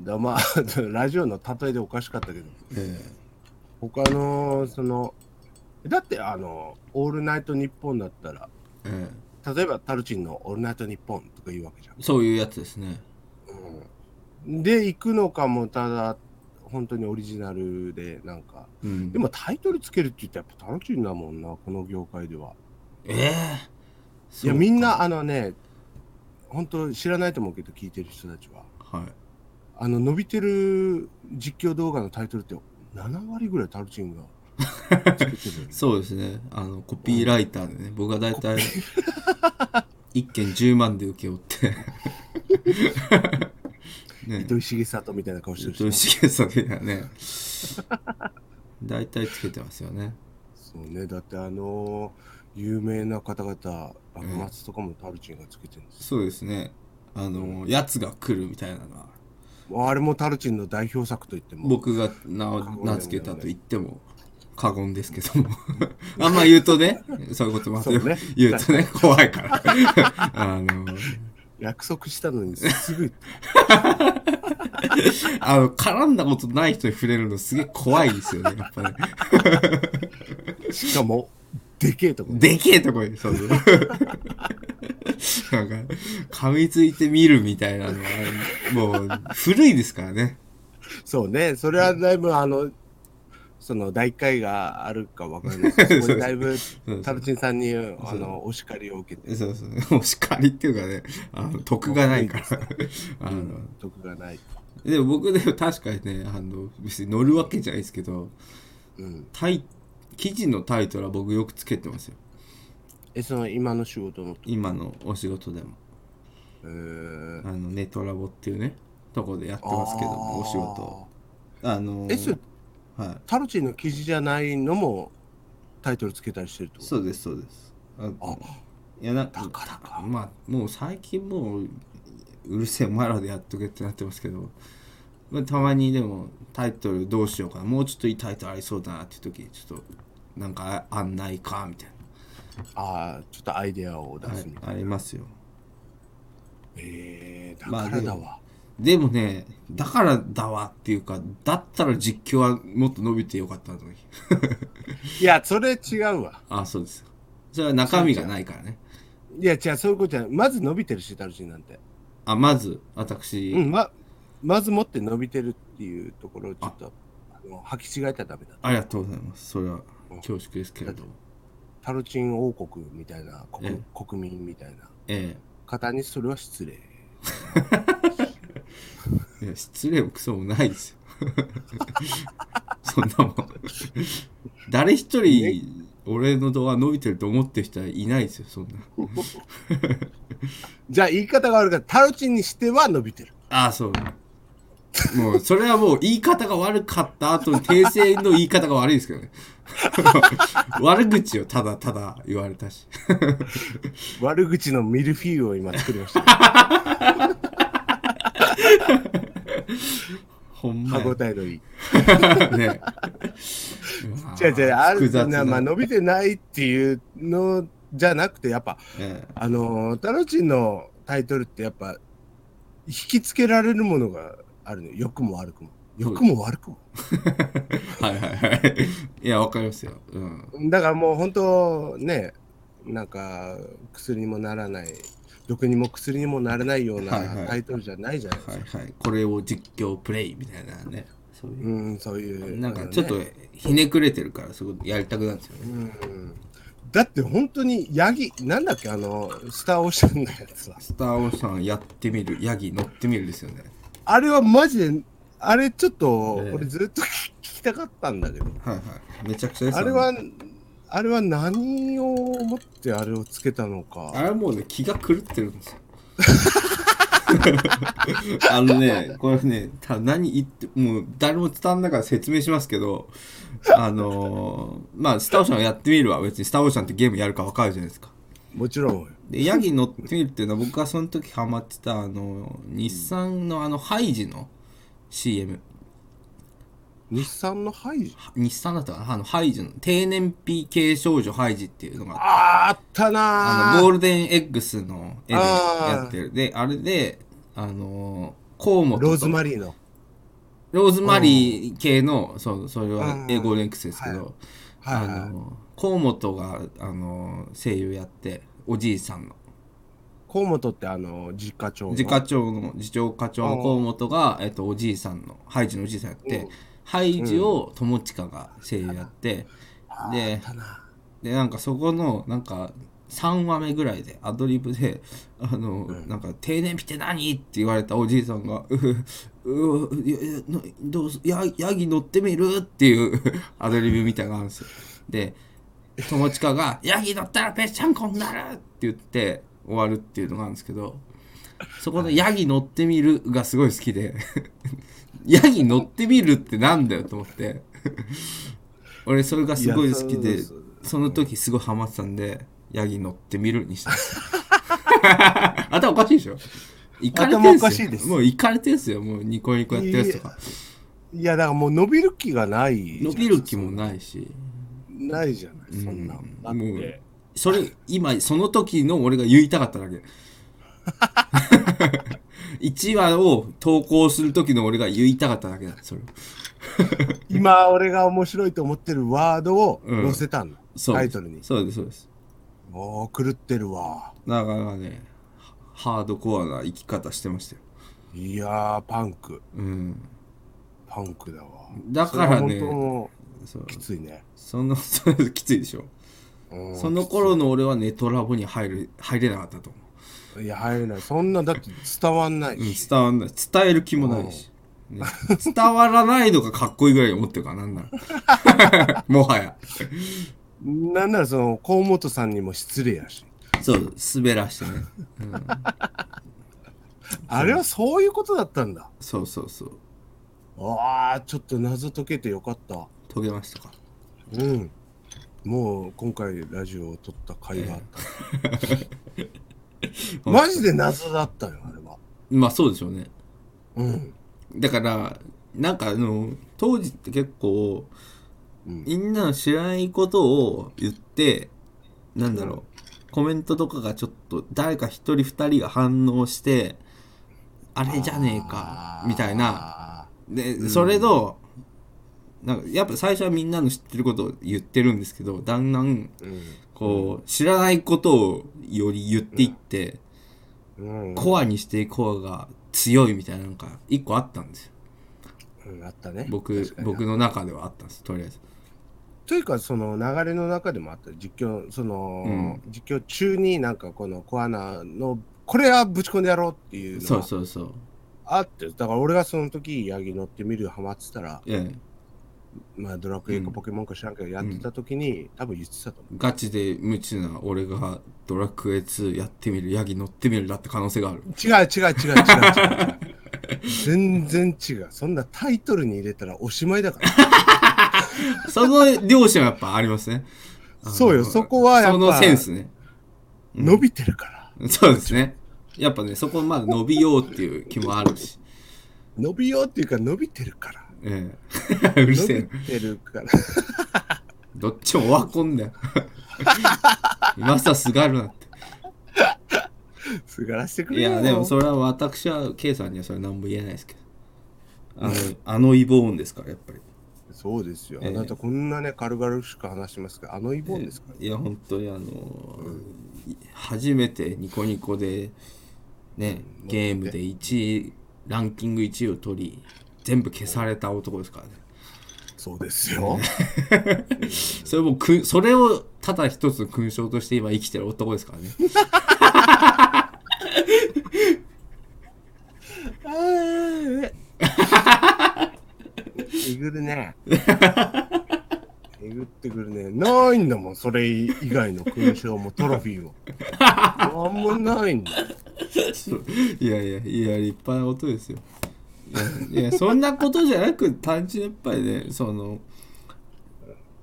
[SPEAKER 3] だまあ、 ラジオの例えでおかしかったけど、
[SPEAKER 1] え
[SPEAKER 3] 他の、その、だって、あの、オールナイトニッポンだったら、
[SPEAKER 1] えええ
[SPEAKER 3] 例えばタルチンのオールナイトニッポンとか言うわけじゃん。
[SPEAKER 1] そういうやつですね。
[SPEAKER 3] うん、で、行くのかも、ただ、本当にオリジナルで、なんか、
[SPEAKER 1] うん、
[SPEAKER 3] でもタイトルつけるって言ったらやっぱタルチンだもんな、この業界では。
[SPEAKER 1] ええ
[SPEAKER 3] い
[SPEAKER 1] そう
[SPEAKER 3] や、
[SPEAKER 1] か
[SPEAKER 3] みん、な、あのね、本当知らないと思うけど、聞いてる人たちは。
[SPEAKER 1] はい、
[SPEAKER 3] あの伸びてる実況動画のタイトルって7割ぐらいタルチンが作ってるよね
[SPEAKER 1] そうですねあのコピーライターでね、僕は大体一件10万で請け負ってね
[SPEAKER 3] 糸井重里みたいな顔してる人
[SPEAKER 1] 糸井重里がね大体つけてますよね
[SPEAKER 3] そうねだってあのー有名な方々あ
[SPEAKER 1] うん
[SPEAKER 3] の松とかもタルチンがつけてるんです、
[SPEAKER 1] そうですねあのやつが来るみたいなのは
[SPEAKER 3] もうあれもタルチンの代表作といっても
[SPEAKER 1] 僕が名
[SPEAKER 3] 過言ではない
[SPEAKER 1] 名付けたと言っても過言ですけども あんま言うとねそういうこともあって
[SPEAKER 3] そうね
[SPEAKER 1] 言うとね怖いから あの
[SPEAKER 3] 約束したのにすぐ
[SPEAKER 1] あの絡んだことない人に触れるのすげえ怖いですよねやっぱね
[SPEAKER 3] しかもでけえとこ
[SPEAKER 1] でけえとこに そうそうなんか噛みついてみるみたいなのはもう古いですからね
[SPEAKER 3] そうねそれはだいぶあのその大会があるかわからな いですけど、そこにだいぶ
[SPEAKER 1] そう
[SPEAKER 3] タブチンさんにあ
[SPEAKER 1] そ
[SPEAKER 3] のお叱りを受けて、
[SPEAKER 1] そうそう。お叱りっていうかね、あの、得がないから。あ
[SPEAKER 3] う
[SPEAKER 1] の
[SPEAKER 3] ん、得がない。
[SPEAKER 1] でも僕でも確かにね、あの、別に乗るわけじゃないですけど、
[SPEAKER 3] うん、
[SPEAKER 1] タイ、記事のタイトルは僕よくつけてますよ。
[SPEAKER 3] え、その今の仕事の、
[SPEAKER 1] 今のお仕事でも。
[SPEAKER 3] えー、
[SPEAKER 1] あの、ネトラボっていうね、とこでやって
[SPEAKER 3] あ
[SPEAKER 1] ますけど、
[SPEAKER 3] ー
[SPEAKER 1] お仕事。。あの、
[SPEAKER 3] え、それ
[SPEAKER 1] はい。
[SPEAKER 3] タロチンの記事じゃないのもタイトルつけたりしてるってこと
[SPEAKER 1] そうです、そうです。あ
[SPEAKER 3] あ
[SPEAKER 1] いや、なん
[SPEAKER 3] だ
[SPEAKER 1] か、
[SPEAKER 3] からか。
[SPEAKER 1] まあ、もう最近もう、うるせえ、お前らでやっとけってなってますけど、まあ、たまにでも、タイトルどうしようかな、もうちょっといいタイトルありそうだなっていう時ちょっと、なんか、あ案内か、みたい
[SPEAKER 3] ああ、ちょっとアイデアを
[SPEAKER 1] な、
[SPEAKER 3] 出
[SPEAKER 1] は
[SPEAKER 3] す
[SPEAKER 1] い
[SPEAKER 3] みたいな。
[SPEAKER 1] ありますよ。
[SPEAKER 3] えー、だ
[SPEAKER 1] まあ
[SPEAKER 3] からだわ。
[SPEAKER 1] でもね、だからだわっていうか、だったら実況はもっと伸びてよかったのに。
[SPEAKER 3] いや、それ違うわ。
[SPEAKER 1] あ、そうですよ。それは中身がないからね。
[SPEAKER 3] いや、違う、そういうことじゃない。まず伸びてるし、タルチンなんて。
[SPEAKER 1] あ、まず、私、
[SPEAKER 3] うん、ま、まず持って伸びてるっていうところをちょっと、あの履き違えたらダメだ。
[SPEAKER 1] ありがとうございます。それは恐縮ですけれども。
[SPEAKER 3] タロチン王国みたいな、国
[SPEAKER 1] え
[SPEAKER 3] 国民みたいな
[SPEAKER 1] え
[SPEAKER 3] 方にそれは失礼。
[SPEAKER 1] え、いや失礼もクソもないですよ。そんなもん。誰一人、俺の動画伸びてると思ってる人はいないですよ、そんな。
[SPEAKER 3] じゃあ、言い方が悪かった。タロチンにしては伸びてる。
[SPEAKER 1] ああ、そう。もう、それはもう言い方が悪かった後に訂正の言い方が悪いですけどね。 悪口をただただ言われたし。
[SPEAKER 3] 悪口のミルフィーユを今作りました。
[SPEAKER 1] ほんま
[SPEAKER 3] 歯
[SPEAKER 1] や。
[SPEAKER 3] 応えのいい。
[SPEAKER 1] ね
[SPEAKER 3] 違う違う、ある
[SPEAKER 1] 複雑
[SPEAKER 3] な、
[SPEAKER 1] な。
[SPEAKER 3] まあ、伸びてないっていうのじゃなくて、やっぱ、
[SPEAKER 1] ええ
[SPEAKER 3] あのー、タロチンのタイトルってやっぱ、引きつけられるものがあるのよ。良くも悪くも。良くも悪くも。
[SPEAKER 1] はいはいはい。いや、わかりますよ。うん。
[SPEAKER 3] だからもう本当、ね、なんか、薬にもならない、毒にも薬にもならないよう
[SPEAKER 1] はいはい
[SPEAKER 3] なタイトルじゃないじゃないですか。
[SPEAKER 1] はいはい。これを実況プレイみたいなね。そういう。
[SPEAKER 3] うん、そういう。
[SPEAKER 1] なんかちょっと
[SPEAKER 3] ね
[SPEAKER 1] ひねくれてるから、すごいやりたくなるんですよね。
[SPEAKER 3] うん。だって本当にヤギ、なんだっけ、あの、スターオーシャンのやつは。
[SPEAKER 1] スター・オーシャンやってみる、ヤギ乗ってみるですよね。
[SPEAKER 3] あれはマジで、あれちょっと
[SPEAKER 1] ええ、
[SPEAKER 3] 俺ずっと聞き聞きたかったんだけど、
[SPEAKER 1] はいはい。めちゃくちゃです
[SPEAKER 3] あ
[SPEAKER 1] よ
[SPEAKER 3] れ
[SPEAKER 1] ね
[SPEAKER 3] は、あれは何を思ってあれをつけたの
[SPEAKER 1] あ
[SPEAKER 3] か。
[SPEAKER 1] れはもうね、気が狂ってるんですよ。あのね、これね、た何言って、もう誰も伝わんないから説明しますけど、あのーまあ、スター・オーシャンやってみるわ。別にスター・オーシャンってゲームやるかわかるじゃないですか。
[SPEAKER 3] もちろん、
[SPEAKER 1] で、ヤギ乗ってみるっていうのは僕がその時ハマってた、あの、日産のあの、ハイジの CM。
[SPEAKER 3] 日産のハイジ。
[SPEAKER 1] 日産だったかなあの、ハイジの、低燃費系少女ハイジっていうのがあって
[SPEAKER 3] あーあった
[SPEAKER 1] あ
[SPEAKER 3] な
[SPEAKER 1] の
[SPEAKER 3] ー
[SPEAKER 1] ゴールデンエッグスの絵でやってるであれであのー河本と
[SPEAKER 3] ローズマリーの。
[SPEAKER 1] ローズマリー系のそうそれは
[SPEAKER 3] うん
[SPEAKER 1] えゴールデンエッグスですけど、
[SPEAKER 3] はい
[SPEAKER 1] あ
[SPEAKER 3] はい。
[SPEAKER 1] のー河本があのー声優やっておじいさん
[SPEAKER 3] 河本ってあの、実家長
[SPEAKER 1] の
[SPEAKER 3] の。
[SPEAKER 1] 次課長の次長課長の河本が、えっと、おじいさんのハイジのおじいさんやって、
[SPEAKER 3] うん
[SPEAKER 1] ハイジを友近が声優やって、
[SPEAKER 3] あー
[SPEAKER 1] で
[SPEAKER 3] あったな
[SPEAKER 1] でなんかそこのなんか3話目ぐらいでアドリブで「あの、
[SPEAKER 3] ん
[SPEAKER 1] なんか定年日って何?」って言われたおじいさんが「 うふうふいやいやなどうすやヤギ乗ってみる?」っていう アドリブみたいなのがあるんですよ。で友近が「ヤギ乗ったらぺっちゃんこになる!」って言って終わるっていうのがあるんですけどそこの「ヤギ乗ってみる」がすごい好きで 「ヤギ乗ってみるってなんだよ」と思って 俺それがすごい好きで
[SPEAKER 3] いやそうです
[SPEAKER 1] その時すごいハマってたんで「ヤギ乗ってみる」にしたんです 頭おかしいでしょ行かれてん
[SPEAKER 3] 頭おか
[SPEAKER 1] す
[SPEAKER 3] し
[SPEAKER 1] よ
[SPEAKER 3] いです
[SPEAKER 1] もう行かれてんすよもうニコニコやってるやつとか
[SPEAKER 3] いや、だからもう伸びる気がない。
[SPEAKER 1] 伸びる気もないし
[SPEAKER 3] ないじゃない、そんな。だっ
[SPEAKER 1] もう
[SPEAKER 3] て、
[SPEAKER 1] それ今その時の俺が言いたかっただ け1話を投稿する時の俺が言いたかっただけだそれ
[SPEAKER 3] 今俺が面白いと思ってるワードを載せたの、
[SPEAKER 1] そう
[SPEAKER 3] タ
[SPEAKER 1] で
[SPEAKER 3] イ
[SPEAKER 1] す
[SPEAKER 3] トルに。
[SPEAKER 1] そうですそうです
[SPEAKER 3] おー、狂ってるわ。
[SPEAKER 1] なかなかねハードコアな生き方してましたよ
[SPEAKER 3] いやー、パンク。
[SPEAKER 1] うん
[SPEAKER 3] パンクだわ。
[SPEAKER 1] だから
[SPEAKER 3] それは本当
[SPEAKER 1] ね
[SPEAKER 3] もう
[SPEAKER 1] そう
[SPEAKER 3] きついね。
[SPEAKER 1] その そうきついでしょ
[SPEAKER 3] うん
[SPEAKER 1] その頃の俺はネトラボに入る入れなかったと思
[SPEAKER 3] いや、入れない。そんな、だって伝わんな
[SPEAKER 1] う、うん
[SPEAKER 3] いし。
[SPEAKER 1] 伝わんない伝える気もないし、ね伝わらないのがかっこいいぐらい思ってるからなんな らもはや
[SPEAKER 3] なんなら、その、河本さんにも失礼やし。
[SPEAKER 1] そう滑らしてね、うん、
[SPEAKER 3] あれはそういうことだったんだ。
[SPEAKER 1] そうそうそう
[SPEAKER 3] ああ、ちょっと謎解けてよかった。
[SPEAKER 1] 遂げましたか
[SPEAKER 3] うん。もう、今回、ラジオを撮った回があった。 マジで謎だったよ、あれは。
[SPEAKER 1] まあそうでしょうね
[SPEAKER 3] うん。
[SPEAKER 1] だからなんかあの当時って結構
[SPEAKER 3] うん
[SPEAKER 1] みんなの知らないことを言ってなんだろうコメントとかがちょっと誰か一人二人が反応してあれじゃねえかみたいな
[SPEAKER 3] な。
[SPEAKER 1] でそれのなんかやっぱ最初はみんなの知ってることを言ってるんですけどだんだん
[SPEAKER 3] うん
[SPEAKER 1] こう知らないことをより言っていって
[SPEAKER 3] うん。
[SPEAKER 1] コアにしていく方が強いみたいなのが一個あったんですよ
[SPEAKER 3] うんあったね。
[SPEAKER 1] 僕
[SPEAKER 3] 確かに
[SPEAKER 1] 僕の中ではあったんですとりあえず
[SPEAKER 3] というかその流れの中でもあった実況その、実況中になんかこのコアナのこれはぶち込んでやろうっていう
[SPEAKER 1] そ
[SPEAKER 3] の
[SPEAKER 1] う
[SPEAKER 3] が
[SPEAKER 1] そうそう
[SPEAKER 3] あってだから俺がその時ヤギ乗ってみるハマってたら、
[SPEAKER 1] ええ
[SPEAKER 3] まあ、ドラクエ
[SPEAKER 1] う
[SPEAKER 3] か
[SPEAKER 1] ん
[SPEAKER 3] ポケモンか知らんけどやってた時に、多分言ってたと思
[SPEAKER 1] ガチで無知な俺がドラクエ2やってみるヤギ乗ってみるだって可能性 がある
[SPEAKER 3] う違う違う違う違う違う全然違うそんなタイトルに入れたらおしまいだから
[SPEAKER 1] その両親はやっぱありますねあの
[SPEAKER 3] そうよそこはやっぱ
[SPEAKER 1] そのセンスねうん
[SPEAKER 3] 伸びてるから、
[SPEAKER 1] そうですねやっぱねそこまで伸びようっていう気もあるし、
[SPEAKER 3] 伸びようっていうか伸びてるから
[SPEAKER 1] ええ、 うる
[SPEAKER 3] 伸
[SPEAKER 1] せえ
[SPEAKER 3] び
[SPEAKER 1] な
[SPEAKER 3] てるから
[SPEAKER 1] どっちもオワコンだよ 今さすがるなって
[SPEAKER 3] すがらしてく
[SPEAKER 1] い
[SPEAKER 3] れよ
[SPEAKER 1] やでもそれは私は K さんにはそれ何も言えないですけどあのあのイボーンですからやっぱり
[SPEAKER 3] そうですよ。
[SPEAKER 1] ええ
[SPEAKER 3] あなたこんなね、軽々しく話しますけど、あのイボンですか、
[SPEAKER 1] いや本当にあのい初めてニコニコでね
[SPEAKER 3] うん
[SPEAKER 1] ゲームで1位ランキング1位を取り全部消された男ですからね
[SPEAKER 3] そうですよ。
[SPEAKER 1] それもくそれをただ一つの勲章として今生きてる男ですからね
[SPEAKER 3] あー えぐるね。えぐってくるね。ないんだもん、それ以外の勲章もトロフィーも。なんもないんだ よ。
[SPEAKER 1] いやいやいや立派なことですよいやいやそんなことじゃなく単純にやっぱりねその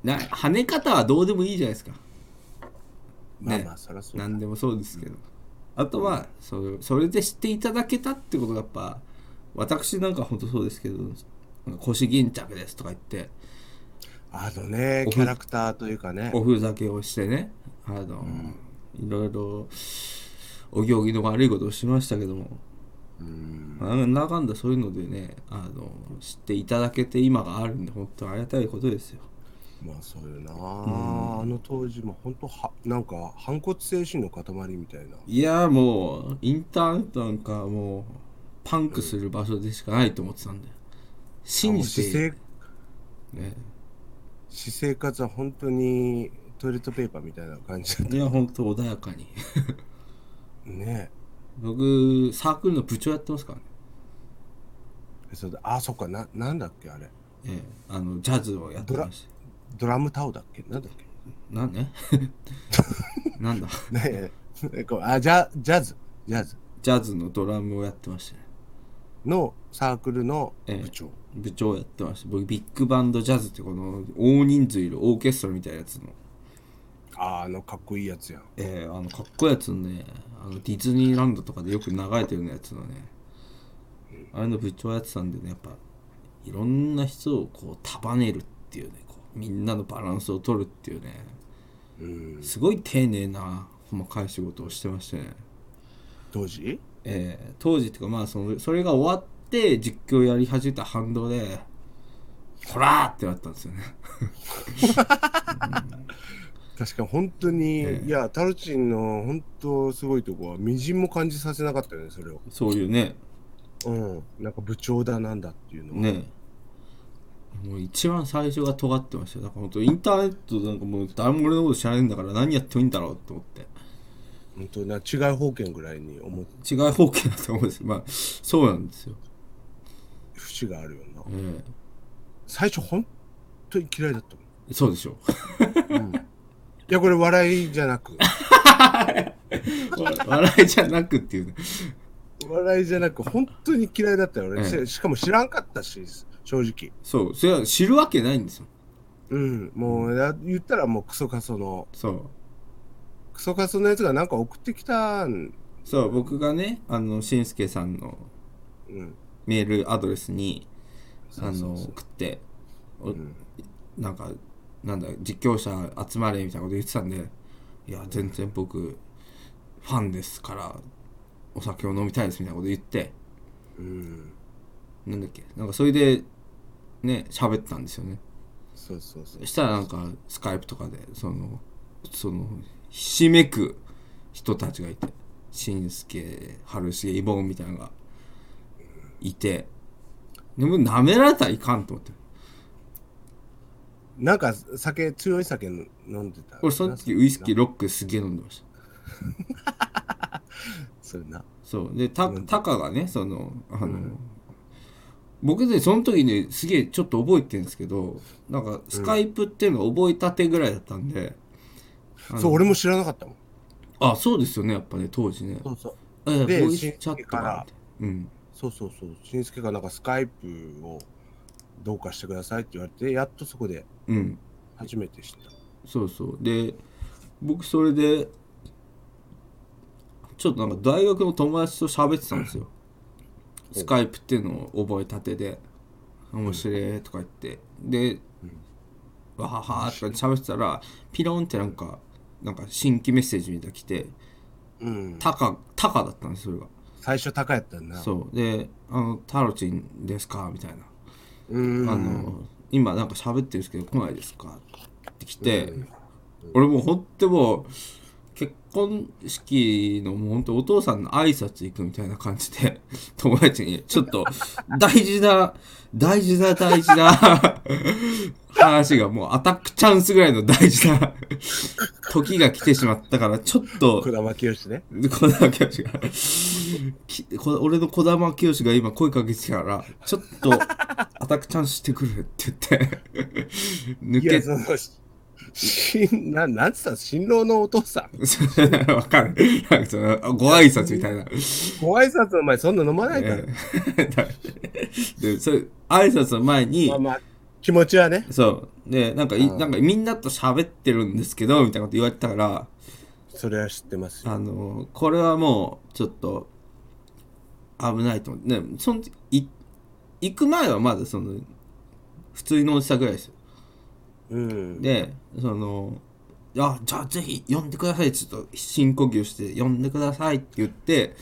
[SPEAKER 1] な跳ね方はどうでもいいじゃないですか
[SPEAKER 3] まあまあ、そりゃそうだ。
[SPEAKER 1] 何でもそうですけど、あとはそれそれで知っていただけたってことがやっぱ私なんか本当そうですけど「腰巾着です」とか言って
[SPEAKER 3] あのね、
[SPEAKER 1] おふ
[SPEAKER 3] キャラクターというかね。
[SPEAKER 1] おふざけをしてねあの、いろいろお行儀の悪いことをしましたけども
[SPEAKER 3] うん
[SPEAKER 1] なんだかんだそういうのでねあの知っていただけて今があるんで本当にありがたいことですよ。
[SPEAKER 3] まあそうよな、あの当時も本当はなんか反骨精神の塊みたいない
[SPEAKER 1] やもうインターネットなんかもうパンクする場所でしかないと思ってたんだよ。信じて
[SPEAKER 3] あもう私生
[SPEAKER 1] ね
[SPEAKER 3] 私生活は本当にトイレットペーパーみたいな 感じだっ
[SPEAKER 1] いや本当穏やかに
[SPEAKER 3] たね
[SPEAKER 1] 僕サークルの部長やってますからね、
[SPEAKER 3] えそうだあそっかななんだっけあれ
[SPEAKER 1] ええ、あのジャズをやってまし
[SPEAKER 3] ドラムタオだっけなんだっけ
[SPEAKER 1] たなんねなんだ
[SPEAKER 3] ねえ こうあジャジャズジャズ
[SPEAKER 1] ジャズのドラムをやってましたね
[SPEAKER 3] のサークルの
[SPEAKER 1] ええ
[SPEAKER 3] 部長、
[SPEAKER 1] 部長やってました僕ビッグバンドジャズってこの大人数いるオーケストラみたいなやつの、
[SPEAKER 3] ああのかっこいいやつやん
[SPEAKER 1] ええ、あのかっこいいやつのねあのディズニーランドとかでよく流れてるようなやつのねあれの部長やってたんでねやっぱいろんな人をこう束ねるっていうねこうみんなのバランスを取るっていうね
[SPEAKER 3] うん
[SPEAKER 1] すごい丁寧な細かい仕事をしてましてね、
[SPEAKER 3] 当時
[SPEAKER 1] えー当時っていうかまあそのそれが終わって実況やり始めた反動で「こら!」ってなったんですよね
[SPEAKER 3] 確か本当に、
[SPEAKER 1] ええ
[SPEAKER 3] いやタルチンの本当すごいとこはみじんも感じさせなかったよねそれを
[SPEAKER 1] そういうね
[SPEAKER 3] うんなんか部長だなんだっていうのは
[SPEAKER 1] ねもう一番最初が尖ってましたよだから本当インターネットなんかもう誰も俺のこと知らないんだから何やってもいいんだろうと思って
[SPEAKER 3] 本当な違い保険ぐらいに思う
[SPEAKER 1] 違う方形だと思うんですけどまあそうなんですよ、
[SPEAKER 3] 節があるよな
[SPEAKER 1] え
[SPEAKER 3] 最初本当に嫌いだったもん
[SPEAKER 1] えそうで しょ
[SPEAKER 3] いやこれ笑いじゃなく
[SPEAKER 1] 笑笑いじゃなくっていうね
[SPEAKER 3] 笑いじゃなく本当に嫌いだったよ俺、
[SPEAKER 1] ええ
[SPEAKER 3] せしかも知らんかったし正直
[SPEAKER 1] そうそれは知るわけないんですよ
[SPEAKER 3] うんもうや言ったらもうクソカソの
[SPEAKER 1] そう
[SPEAKER 3] クソカソのやつがなんか送ってきたん
[SPEAKER 1] そう僕がねあのしんすけさんの
[SPEAKER 3] うん
[SPEAKER 1] メールアドレスにあ
[SPEAKER 3] そ
[SPEAKER 1] の
[SPEAKER 3] うそう
[SPEAKER 1] 送ってお
[SPEAKER 3] そううん
[SPEAKER 1] なんかなんだ実況者集まれみたいなこと言ってたんでいや全然僕ファンですからお酒を飲みたいですみたいなこと言って
[SPEAKER 3] うん
[SPEAKER 1] なんだっけなんかそれでね喋ったんですよね
[SPEAKER 3] そうそうそう
[SPEAKER 1] そしたらなんかスカイプとかでそのそのひしめく人たちがいてしんすけ春重イボンみたいなのがいてでも舐められたらいかんと思って
[SPEAKER 3] なんか酒強い酒飲んでた
[SPEAKER 1] 俺その時ウイスキーロックすげえ飲んでました
[SPEAKER 3] そうな
[SPEAKER 1] そうでた
[SPEAKER 3] うん
[SPEAKER 1] タカがねそのあの、
[SPEAKER 3] うん
[SPEAKER 1] 僕でその時ねすげえちょっと覚えてるんですけどなんかスカイプっていうのを覚えたてぐらいだったんで、あの
[SPEAKER 3] そう俺も知らなかったもん
[SPEAKER 1] あそうですよねやっぱね当時ね
[SPEAKER 3] そうそう
[SPEAKER 1] ええ
[SPEAKER 3] で
[SPEAKER 1] ボイスチャットからうん
[SPEAKER 3] そうそうそうしんすけがなんかスカイプをどうかしてくださいって言われてやっとそこで
[SPEAKER 1] うん
[SPEAKER 3] 初めて知った
[SPEAKER 1] そうそうで僕それでちょっとなんか大学の友達と喋ってたんですよスカイプっていうのを覚えたてで「面白い」とか言ってで「わはは」とか喋ってたらピロンってなんかなんか新規メッセージみたいなの来て
[SPEAKER 3] うん
[SPEAKER 1] タカタカだったんですそれが
[SPEAKER 3] 最初高やったよな
[SPEAKER 1] そうで「あのタロチンですか?」みたいな
[SPEAKER 3] うん
[SPEAKER 1] あの今なんか喋ってるんですけど来ないですか?」って来て、俺もうほんともう結婚式のもうほんとお父さんの挨拶行くみたいな感じで 友達にちょっと大事な大事な 大事な話がもうアタックチャンスぐらいの大事な時が来てしまったからちょっと
[SPEAKER 3] 児玉清ね
[SPEAKER 1] 小玉清がきこ俺の児玉清が今声かけてきたからちょっとアタックチャンスしてくるって言って抜
[SPEAKER 3] いや
[SPEAKER 1] け
[SPEAKER 3] そのししんななんつったの新郎のお父さん
[SPEAKER 1] わかる。なんかその、ご挨拶みたいな。
[SPEAKER 3] ご挨拶の前そんな飲まないから、
[SPEAKER 1] ええで、そういう挨拶の前に
[SPEAKER 3] まあ、まあ気持ちはね
[SPEAKER 1] そう、で、なんかい、なんかみんなと喋ってるんですけど、みたいなこと言われたから、
[SPEAKER 3] それは知ってますよ
[SPEAKER 1] あの、これはもう、ちょっと、危ないと思って、ね、その時、い行く前はまだその、普通のおじさんぐらいですよ。
[SPEAKER 3] うん
[SPEAKER 1] でその「あじゃあぜひ呼んでください」ちょっと深呼吸して「呼んでください」って言って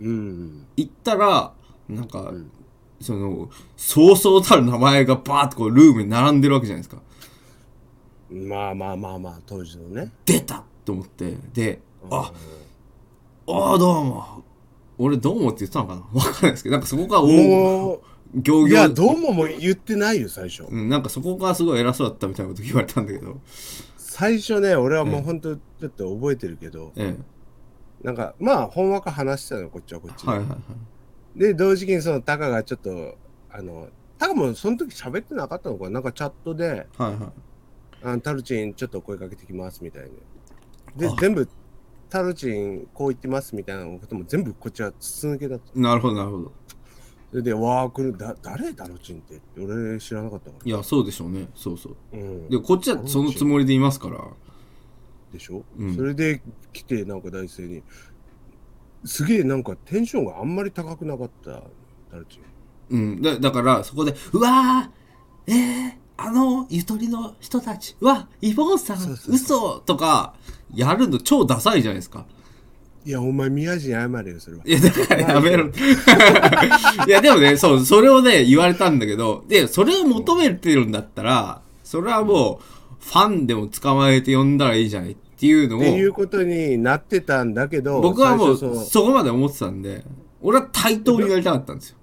[SPEAKER 3] うん
[SPEAKER 1] 行ったらなんか、そのそうそうたる名前がバーッとこうルームに並んでるわけじゃないですか
[SPEAKER 3] まあまあまあまあ当時のね
[SPEAKER 1] 出たと思ってで「ああどうも俺どうも」って言ってたのかな分かんないですけどなんかそこがお
[SPEAKER 3] も
[SPEAKER 1] 行
[SPEAKER 3] ういや
[SPEAKER 1] 々
[SPEAKER 3] どうもも言ってないよ最初
[SPEAKER 1] うん、なんかそこがすごい偉そうだったみたいなこと言われたんだけど、
[SPEAKER 3] 最初ね俺はもう本当ちょっと覚えてるけど、
[SPEAKER 1] え
[SPEAKER 3] なんかまあほんわか話してたのこっちはこっち
[SPEAKER 1] え、
[SPEAKER 3] で、
[SPEAKER 1] はいはいはい
[SPEAKER 3] で同時期にそのタカがちょっとあのタカもその時喋ってなかったのかななんかチャットで
[SPEAKER 1] はいはい
[SPEAKER 3] 「あタルチンちょっと声かけてきます」みたいなで
[SPEAKER 1] あ
[SPEAKER 3] 全部「タルチンこう言ってます」みたいなことも全部こっちは筒抜けだった
[SPEAKER 1] なるほどなるほど
[SPEAKER 3] それで「わー来るだ誰タルチンって」って俺知らなかったか
[SPEAKER 1] いやそうでしょうねそうそう
[SPEAKER 3] ら、うん、
[SPEAKER 1] で
[SPEAKER 3] で
[SPEAKER 1] こっちはそのつもりでいますから
[SPEAKER 3] しょ、
[SPEAKER 1] うん
[SPEAKER 3] それで来てなんか大生にすげえなんかテンションがあんまり高くなかったタルチン
[SPEAKER 1] うんだだからそこで「うわーえー、あのゆとりの人たちうわイボンさん
[SPEAKER 3] そうそう
[SPEAKER 1] 嘘とかやるの超ダサいじゃないですか
[SPEAKER 3] いやお前宮治に謝れよそれはい
[SPEAKER 1] やだからやめろ いやでもねそうそれをね言われたんだけどでそれを求めてるんだったらそれはもうファンでも捕まえて呼んだらいいじゃないっていうの
[SPEAKER 3] っていう
[SPEAKER 1] を
[SPEAKER 3] ことになってたんだけど
[SPEAKER 1] 僕はもう
[SPEAKER 3] 最初そう
[SPEAKER 1] そこまで思ってたんで俺は対等にやりたかったんですよ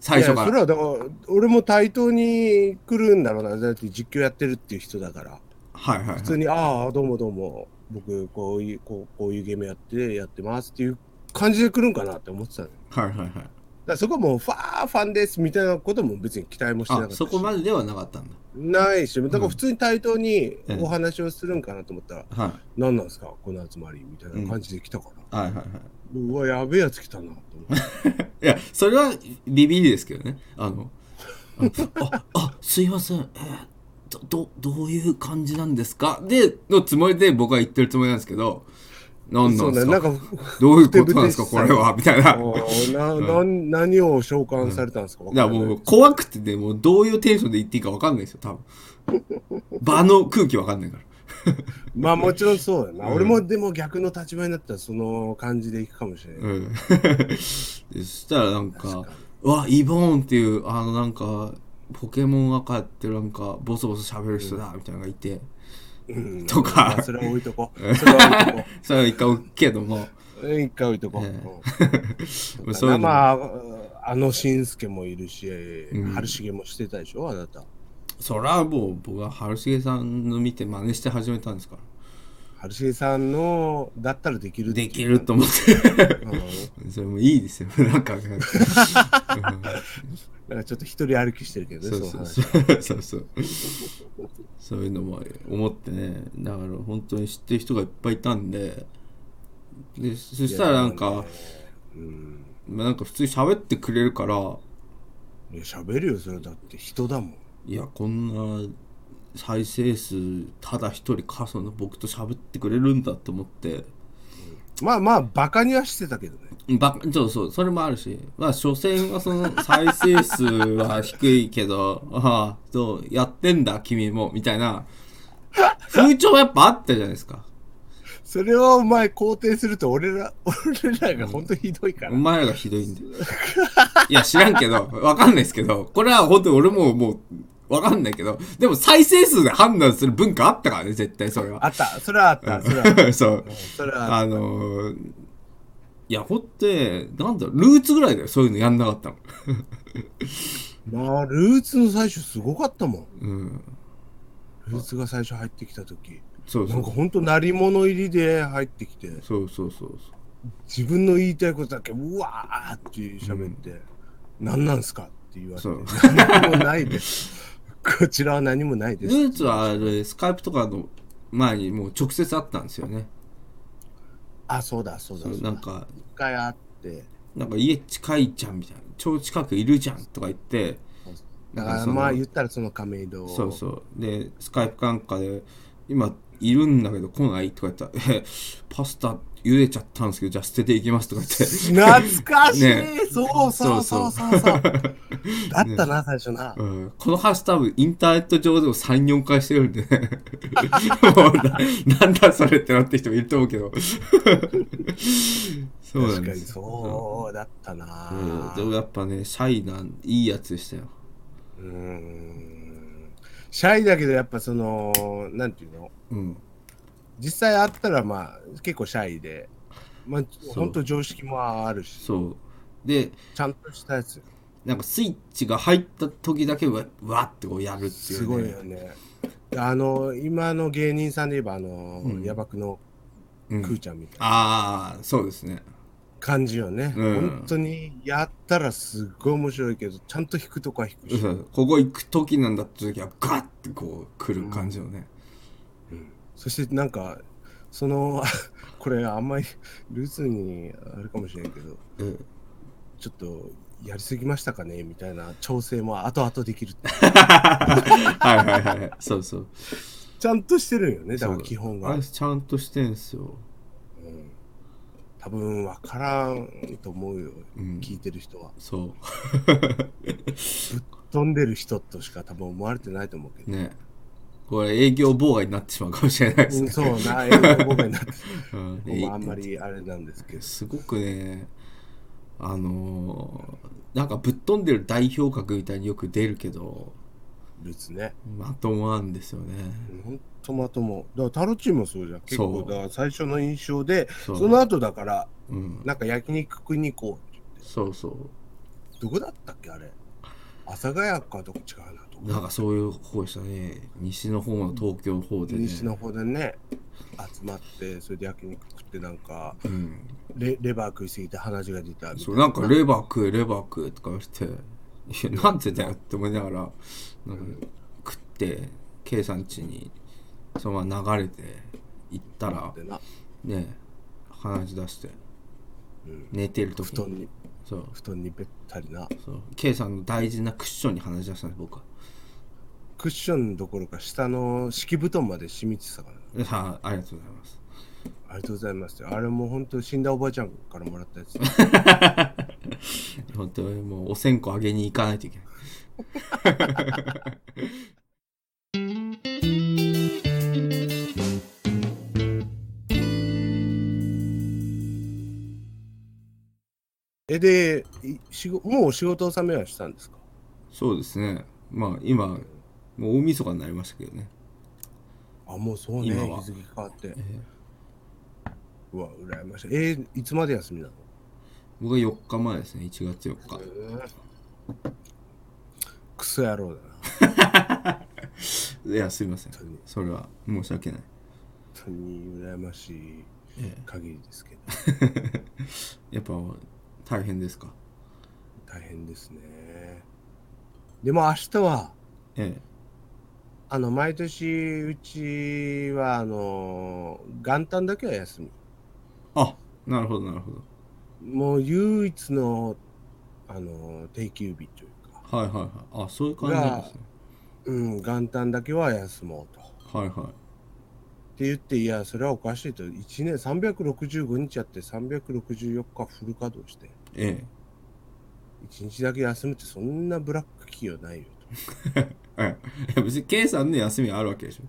[SPEAKER 1] 最初
[SPEAKER 3] いや
[SPEAKER 1] か
[SPEAKER 3] それ
[SPEAKER 1] ら
[SPEAKER 3] はだから、俺も対等に来るんだろうな。だって実況やってるっていう人だから。
[SPEAKER 1] はいはいはい
[SPEAKER 3] 普通に、ああ、どうもどうも、僕、こういう、こうこういうゲームやって、やってますっていう感じで来るんかなって思ってたのよ
[SPEAKER 1] はいはいはい
[SPEAKER 3] だからそこはもう、ファーファンですみたいなことも別に期待もしてなか
[SPEAKER 1] あ
[SPEAKER 3] ったし。
[SPEAKER 1] そこまでではなかったんだ
[SPEAKER 3] ないし、だから
[SPEAKER 1] うん
[SPEAKER 3] 普通に対等に
[SPEAKER 1] ええ
[SPEAKER 3] お話をするんかなと思ったら、
[SPEAKER 1] はい
[SPEAKER 3] 何なんですか、この集まりみたいな感じで来たから。
[SPEAKER 1] はいはいはいう
[SPEAKER 3] わ、やべえやつ来たなと思っ
[SPEAKER 1] い
[SPEAKER 3] て。
[SPEAKER 1] やそれはビビりですけどねあのあああすいませんえーどどどういう感じなんですかでのつもりで僕は言ってるつもりなんですけど何なんです
[SPEAKER 3] そうねな
[SPEAKER 1] か
[SPEAKER 3] んか、
[SPEAKER 1] どういうことなんですかこれはみたいな
[SPEAKER 3] お
[SPEAKER 1] だか
[SPEAKER 3] ーななん 何を召喚されたんですか、
[SPEAKER 1] らもう怖くてねもうどういうテンションで言っていいか分かんないですよ多分場の空気分かんないから
[SPEAKER 3] まあもちろんそうだな、
[SPEAKER 1] うん
[SPEAKER 3] 俺もでも逆の立場になったらその感じでいくかもしれない、
[SPEAKER 1] うん でそしたらなんか「うわイボーン」っていうあのなんかポケモン赤やってるなんかボソボソ喋る人だみたいなのがいて
[SPEAKER 3] うん
[SPEAKER 1] とか
[SPEAKER 3] まあそれは置いとこうそれは置いとこ
[SPEAKER 1] それは一回置くけども
[SPEAKER 3] ううん一回置いとこう、
[SPEAKER 1] え
[SPEAKER 3] うん
[SPEAKER 1] そういうの
[SPEAKER 3] まああのしんすけもいるし、
[SPEAKER 1] ん
[SPEAKER 3] 春重もしてたでしょあなた
[SPEAKER 1] それはもう僕は春重さんの見て真似して始めたんですから
[SPEAKER 3] 春重さんのだったらできるってい
[SPEAKER 1] で
[SPEAKER 3] う
[SPEAKER 1] きると思って
[SPEAKER 3] うん
[SPEAKER 1] それもいいですよなんか、ね、
[SPEAKER 3] なんかちょっと一人歩きしてるけどね
[SPEAKER 1] そ
[SPEAKER 3] そうの
[SPEAKER 1] そう
[SPEAKER 3] 話
[SPEAKER 1] そうそうそうそういうのも思ってねだから本当に知ってる人がいっぱいいたんででそしたらなん
[SPEAKER 3] いや
[SPEAKER 1] か、
[SPEAKER 3] うん
[SPEAKER 1] まあなんか普通に喋ってくれるから
[SPEAKER 3] いや喋るよそれだって人だもん
[SPEAKER 1] いやこんな再生数ただ一人かその僕と喋ってくれるんだと思って
[SPEAKER 3] まあまあバカにはしてたけどね
[SPEAKER 1] ばそうそうそれもあるしまあ所詮はその再生数は低いけど ああそうやってんだ君もみたいな風潮はやっぱあったじゃないですか
[SPEAKER 3] それをお前肯定すると俺ら、 俺らが本当ひどいから。
[SPEAKER 1] お前らがひどいんでいや知らんけどわかんないですけどこれは本当に俺ももうわかんないけどでも再生数で判断する文化あったからね絶対それは
[SPEAKER 3] あった、それはあった、それはあっ
[SPEAKER 1] そう
[SPEAKER 3] た。それはあっ
[SPEAKER 1] あのー、いや、ほって、なんだろう、ルーツぐらいだよ、そういうのやんなかったの。
[SPEAKER 3] た。まあ、ルーツの最初すごかったもん。
[SPEAKER 1] うん。
[SPEAKER 3] ルーツが最初入ってきた時。
[SPEAKER 1] そう
[SPEAKER 3] な
[SPEAKER 1] そ
[SPEAKER 3] ん
[SPEAKER 1] う
[SPEAKER 3] か。本当鳴り物入りで入ってきて、
[SPEAKER 1] そうそうそう
[SPEAKER 3] 自分の言いたいことだけ、うわーって喋って、何なんすかって言われて
[SPEAKER 1] そう、
[SPEAKER 3] 何もないです。こちらは何もない
[SPEAKER 1] ル
[SPEAKER 3] です。
[SPEAKER 1] ーツはあれ、スカイプとかの前にもう直接会ったんですよね。
[SPEAKER 3] あ、そうだ、そうだ、
[SPEAKER 1] そ
[SPEAKER 3] そうう
[SPEAKER 1] な
[SPEAKER 3] だ。
[SPEAKER 1] ん
[SPEAKER 3] 一
[SPEAKER 1] か、
[SPEAKER 3] 回あって、
[SPEAKER 1] なんか家近いじゃんみたいな、超近くいるじゃんとか言って、な
[SPEAKER 3] だか
[SPEAKER 1] ん
[SPEAKER 3] ら
[SPEAKER 1] その
[SPEAKER 3] まあ言ったらその亀戸を
[SPEAKER 1] そうそう。で、スカイプなんかで、今いるんだけど来ないとか言ったら、え、パスタ茹でちゃったんですけど、じゃあ捨てていきますとか言って。
[SPEAKER 3] 懐かしい、
[SPEAKER 1] ね
[SPEAKER 3] そうそうそうそうそう。だったな、最初な。
[SPEAKER 1] うんこの話多分インターネット上でも3、4回してるんでね。 もうななんだそれってなってる人もいると思う けど。そうなん
[SPEAKER 3] 確か
[SPEAKER 1] で
[SPEAKER 3] に
[SPEAKER 1] すよ。
[SPEAKER 3] そうだったな。
[SPEAKER 1] うんでもやっぱね、シャイな、いいやつでしたよ。
[SPEAKER 3] うーん。シャイだけど、やっぱその、なんていうの
[SPEAKER 1] うん。
[SPEAKER 3] 実際あったら、まあ、結構シャイで、まあ、
[SPEAKER 1] う
[SPEAKER 3] 本当常識もあるし、
[SPEAKER 1] そう。で、
[SPEAKER 3] ちゃんとしたやつ。
[SPEAKER 1] なんかスイッチが入った時だけわ、わってこうやるっていう、ね。
[SPEAKER 3] すごいよね。あの、今の芸人さんで言えば、あの、
[SPEAKER 1] うん
[SPEAKER 3] ヤバくの
[SPEAKER 1] う
[SPEAKER 3] くー
[SPEAKER 1] ん、
[SPEAKER 3] ちゃんみたいな
[SPEAKER 1] ああ、そうですね。
[SPEAKER 3] 感じよね。
[SPEAKER 1] うん
[SPEAKER 3] 本当に、やったらすっごい面白いけど、ちゃんと弾くとこは弾くし。
[SPEAKER 1] そうここ行く時なんだって時はガッてこう来る感じのね。
[SPEAKER 3] そしてなんかその これあんまりルーツにあれかもしれないけど
[SPEAKER 1] うん
[SPEAKER 3] ちょっとやりすぎましたかねみたいな調整も後々できるって
[SPEAKER 1] はいはいはい。そうそう。
[SPEAKER 3] ちゃんとしてるんよねだから
[SPEAKER 1] そう
[SPEAKER 3] 基本
[SPEAKER 1] あ
[SPEAKER 3] が
[SPEAKER 1] れちゃんとしてんすよ。
[SPEAKER 3] 多分分からんと思うよ、
[SPEAKER 1] うん
[SPEAKER 3] 聞いてる人は
[SPEAKER 1] そ
[SPEAKER 3] 飛んでる人としか多分思われてないと思うけ
[SPEAKER 1] う。
[SPEAKER 3] ど、
[SPEAKER 1] ね。これ営業妨害になってしまうかもしれないです
[SPEAKER 3] うん
[SPEAKER 1] ね。
[SPEAKER 3] そうな英語僕 になって
[SPEAKER 1] うん
[SPEAKER 3] もうあんまりあれなんですけど
[SPEAKER 1] すごくね、あのーなんかぶっ飛んでる代表格みたいによく出るけど、
[SPEAKER 3] ルーツね
[SPEAKER 1] まともなんですよね。
[SPEAKER 3] ほんとまともだからタロチンもそうじゃん結構
[SPEAKER 1] そう
[SPEAKER 3] だから最初の印象で
[SPEAKER 1] そう
[SPEAKER 3] その後だから
[SPEAKER 1] うん。
[SPEAKER 3] なんか焼肉食いに行こうって言って
[SPEAKER 1] そうそう。
[SPEAKER 3] どこだったっけあれ阿佐ヶ谷かどこ違うなと
[SPEAKER 1] なんかそういう方でしたね西の方の東京の方でね
[SPEAKER 3] 西の方でね集まってそれで焼肉食ってなんか
[SPEAKER 1] うん、
[SPEAKER 3] レレバー食いすぎて鼻血が出たみたい
[SPEAKER 1] そうなんかレバー食えレバー食えとか言われていやなんでだよって思いながらなんか食って K さん家にそのまま流れて行った
[SPEAKER 3] な
[SPEAKER 1] ら
[SPEAKER 3] でな、
[SPEAKER 1] ね鼻血出して
[SPEAKER 3] うん、
[SPEAKER 1] 寝てる時
[SPEAKER 3] 布団
[SPEAKER 1] に
[SPEAKER 3] に
[SPEAKER 1] そう
[SPEAKER 3] 布団にべったりな
[SPEAKER 1] そう K さんの大事なクッションに話し出したんです僕は
[SPEAKER 3] クッションどころか下の敷布団まで染みてたか
[SPEAKER 1] で
[SPEAKER 3] ら
[SPEAKER 1] はありがとうございます
[SPEAKER 3] ありがとうございますよあれもう本当死んだおばあちゃんからもらったや つ
[SPEAKER 1] 本当にもうお線香あげに行かないといけない
[SPEAKER 3] えでい仕事もう仕事納めはしたんですか
[SPEAKER 1] そうですねまあ今もう大晦日になりましたけどね
[SPEAKER 3] あもうそうね
[SPEAKER 1] 今は
[SPEAKER 3] 日付変わって
[SPEAKER 1] えー
[SPEAKER 3] うわ羨ましいえーいつまで休みなの
[SPEAKER 1] 僕は4日前ですね1月4日
[SPEAKER 3] クソ野郎だない
[SPEAKER 1] やすいません
[SPEAKER 3] 本当に
[SPEAKER 1] それは申し訳ない、
[SPEAKER 3] 本当に羨ましい限りですけど
[SPEAKER 1] やっぱ大変ですか
[SPEAKER 3] 大変ですねでも明日は
[SPEAKER 1] え
[SPEAKER 3] あの毎年うちはあの元旦だけは休み
[SPEAKER 1] えあなるほどなるほど
[SPEAKER 3] もう唯一のあの定休日というか、
[SPEAKER 1] はいはいはいあそういう感じなんですね
[SPEAKER 3] うん、元旦だけは休もうと。
[SPEAKER 1] はいは
[SPEAKER 3] って言って、いや、それはおかしいと、1年365日やって、364日フル稼働して、
[SPEAKER 1] いえ
[SPEAKER 3] 1日だけ休むって、そんなブラック企業ないよ
[SPEAKER 1] えええいや別に K さんの休みあるわけでし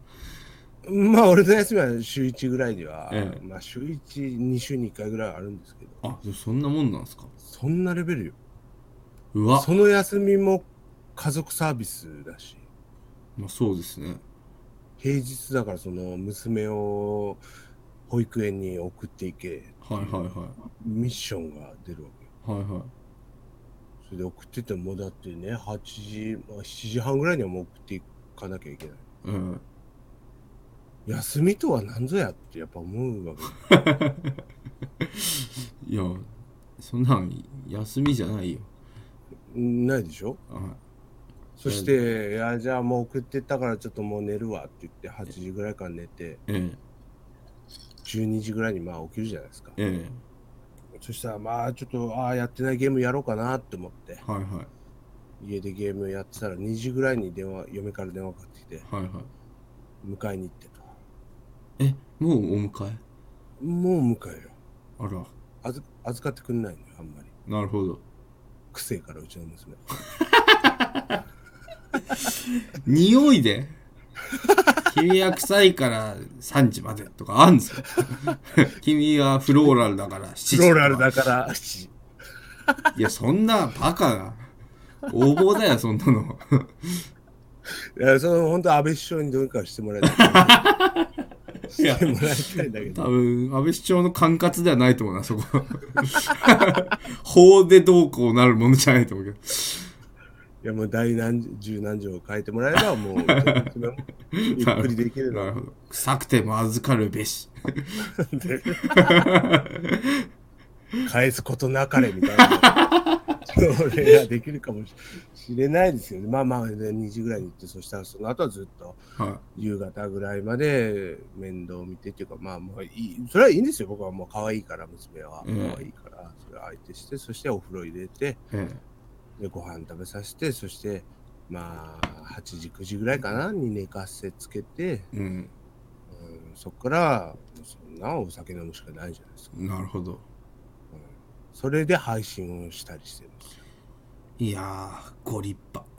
[SPEAKER 1] ょ
[SPEAKER 3] と。 まあ、俺の休みは週1ぐらいでは、
[SPEAKER 1] ええ
[SPEAKER 3] まあ、週1、2週に1回ぐらいはあるんですけど、
[SPEAKER 1] あでもそんなもんなんですか
[SPEAKER 3] そんなレベルよ。
[SPEAKER 1] うわ
[SPEAKER 3] その休みも家族サービスだし。
[SPEAKER 1] まあそうですね
[SPEAKER 3] 平日だからその娘を保育園に送っていけ
[SPEAKER 1] はいはいはい
[SPEAKER 3] ミッションが出るわけよ
[SPEAKER 1] はいはい
[SPEAKER 3] それで送っててもだってね8時、まあ、7時半ぐらいにはもう送っていかなきゃいけない
[SPEAKER 1] ええ
[SPEAKER 3] 休みとは何ぞやってやっぱ思うわけよ
[SPEAKER 1] いやそんなん休みじゃないよ
[SPEAKER 3] ないでしょ
[SPEAKER 1] は
[SPEAKER 3] そして「いやじゃあもう送ってったからちょっともう寝るわ」って言って8時ぐらいから寝て
[SPEAKER 1] いえ
[SPEAKER 3] 12時ぐらいにまあ起きるじゃないですか
[SPEAKER 1] ええ
[SPEAKER 3] そしたらまあちょっとああやってないゲームやろうかなって思って
[SPEAKER 1] えはいはい
[SPEAKER 3] 家でゲームやってたら2時ぐらいに電話嫁から電話かかってきて
[SPEAKER 1] はいはい
[SPEAKER 3] 迎えに行ってと。
[SPEAKER 1] えもうお迎え
[SPEAKER 3] もう迎えよ。
[SPEAKER 1] あら
[SPEAKER 3] あず預かってくんないのよ、あんまり。
[SPEAKER 1] なるほど
[SPEAKER 3] くせえから、うちの娘。
[SPEAKER 1] 匂いで 君は臭いから3時までとかあんすよ 君はフローラルだから7時
[SPEAKER 3] フ
[SPEAKER 1] と
[SPEAKER 3] ロ
[SPEAKER 1] か
[SPEAKER 3] ーラルだから、し
[SPEAKER 1] いやそんなバカな横暴だよそんなの
[SPEAKER 3] いや、その、本当安倍首相にどうにかしてもらいたい。
[SPEAKER 1] いや
[SPEAKER 3] してもらいたいんだけ
[SPEAKER 1] 多
[SPEAKER 3] ど。
[SPEAKER 1] 分安倍首相の管轄ではないと思うなそこ 法でどうこうなるものじゃないと思うけど
[SPEAKER 3] いや、もう大何十何条を変えてもらえば、もう、うちの娘もゆっくりできる
[SPEAKER 1] な
[SPEAKER 3] の
[SPEAKER 1] るほど臭くても預かるべし
[SPEAKER 3] で。返すことなかれ、みたいな。それができるかもししれないですよね。まあまあ、で2時ぐらいに行って、そしたらその後はずっと
[SPEAKER 1] は
[SPEAKER 3] 夕方ぐらいまで面倒見てっていうか、まあもういい、それはいいんですよ。僕はもう可愛いから、娘は。
[SPEAKER 1] ええ
[SPEAKER 3] 可愛いから、それ相手して、そしてお風呂入れて、
[SPEAKER 1] い、え
[SPEAKER 3] で、ご飯食べさせて、そして、まあ、8時、9時ぐらいかな、に寝かせつけて、
[SPEAKER 1] えうん
[SPEAKER 3] うん、そこから、そんなお酒飲むしかないじゃないですか。
[SPEAKER 1] なるほど
[SPEAKER 3] それで配信をしたりしてるんですよ。
[SPEAKER 1] いやーご立派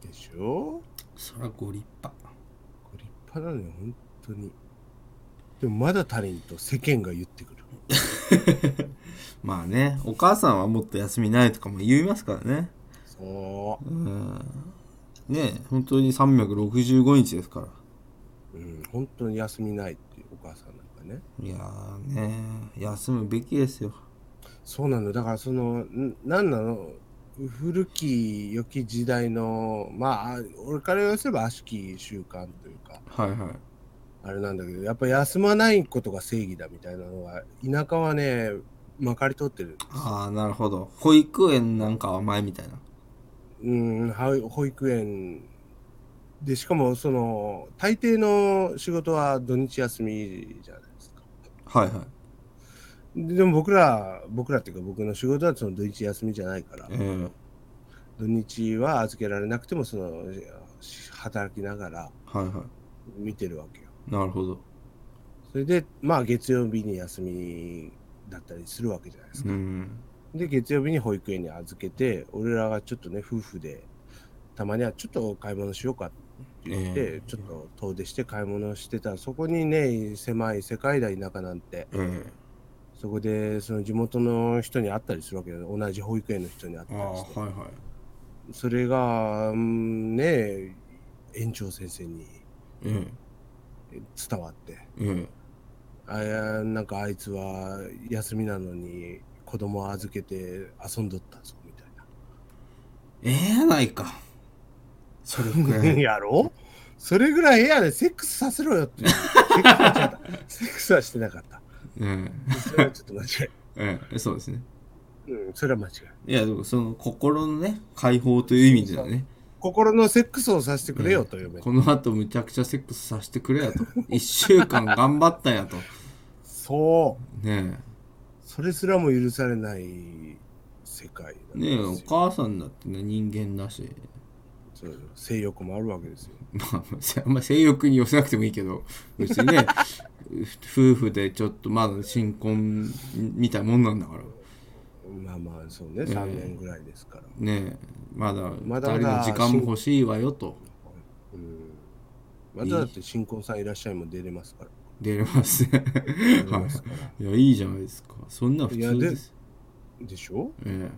[SPEAKER 3] でしょ
[SPEAKER 1] そりゃご立派
[SPEAKER 3] これ立派なのよ、本当に。でもまだ足りんと世間が言ってくる。
[SPEAKER 1] まあねお母さんはもっと休みないとかも言いますからね
[SPEAKER 3] そう
[SPEAKER 1] う。んねえ本当に365日ですから
[SPEAKER 3] うん、本当に休みないっていうお母さんなんかね。
[SPEAKER 1] いやーね休むべきですよ
[SPEAKER 3] そうなの。だからその、んなんなの古き良き時代の、まあ、俺から言わせれば悪しき習慣というか、
[SPEAKER 1] はいはい
[SPEAKER 3] あれなんだけど、やっぱ休まないことが正義だみたいなのが、田舎はね、まかり通ってる。
[SPEAKER 1] ああなるほど保育園なんかは前みたいな
[SPEAKER 3] うん、はい保育園で、しかもその、大抵の仕事は土日休みじゃないですか。
[SPEAKER 1] はいはい
[SPEAKER 3] ででも僕ら、僕らっていうか僕の仕事はその土日休みじゃないから
[SPEAKER 1] ええ、
[SPEAKER 3] 土日は預けられなくても、その、し働きながら
[SPEAKER 1] はいは
[SPEAKER 3] 見てるわけよ。
[SPEAKER 1] いなるほど
[SPEAKER 3] それで、まあ月曜日に休みだったりするわけじゃないですか。
[SPEAKER 1] うん
[SPEAKER 3] で、月曜日に保育園に預けて、俺らがちょっとね、夫婦で、たまにはちょっと買い物しようかって言って、
[SPEAKER 1] ええ
[SPEAKER 3] ちょっと遠出して買い物してたら、そこにね、狭い世界だ田舎なんて、
[SPEAKER 1] ええ
[SPEAKER 3] そこでその地元の人に会ったりするわけよ。同じ保育園の人に会った
[SPEAKER 1] あ
[SPEAKER 3] り
[SPEAKER 1] あ
[SPEAKER 3] して。
[SPEAKER 1] はいはい
[SPEAKER 3] それが、うんね、園長先生に
[SPEAKER 1] え
[SPEAKER 3] 伝わって、
[SPEAKER 1] ええ
[SPEAKER 3] あいやなんかあいつは休みなのに子供を預けて遊んどったぞみたいな。
[SPEAKER 1] えええないかそれくら い
[SPEAKER 3] やろそれぐらい部屋でセックスさせろよ っていう。セックスはちゃった。セックスはしてなかった。
[SPEAKER 1] え
[SPEAKER 3] それはちょっと間違
[SPEAKER 1] えええそうですね
[SPEAKER 3] い。うん、それは間違い。
[SPEAKER 1] いやでもその心のね解放という意味ではね
[SPEAKER 3] 心のセックスをさせてくれよという目、
[SPEAKER 1] この後むちゃくちゃセックスさせてくれやと 一週間頑張ったんやと
[SPEAKER 3] そう。
[SPEAKER 1] ね
[SPEAKER 3] それすらも許されない世界
[SPEAKER 1] え
[SPEAKER 3] なんで
[SPEAKER 1] ねえお
[SPEAKER 3] すよ。
[SPEAKER 1] 母さんだってね人間だし
[SPEAKER 3] そう性欲もあるわけですよ。
[SPEAKER 1] まあ、せあんま性欲に寄せなくてもいいけど別に ねふ夫婦でちょっとまだ新婚みたいなもんなんだから
[SPEAKER 3] まあまあ、そうね。3年ぐらいですから。
[SPEAKER 1] ねえまだ
[SPEAKER 3] まだ
[SPEAKER 1] 誰の時間も欲しいわよと
[SPEAKER 3] うん。まただって新婚さんいらっしゃいも出れます から。
[SPEAKER 1] 出れますね
[SPEAKER 3] 出れますから。
[SPEAKER 1] いやいいじゃないですかそんな普通です
[SPEAKER 3] でしょ
[SPEAKER 1] え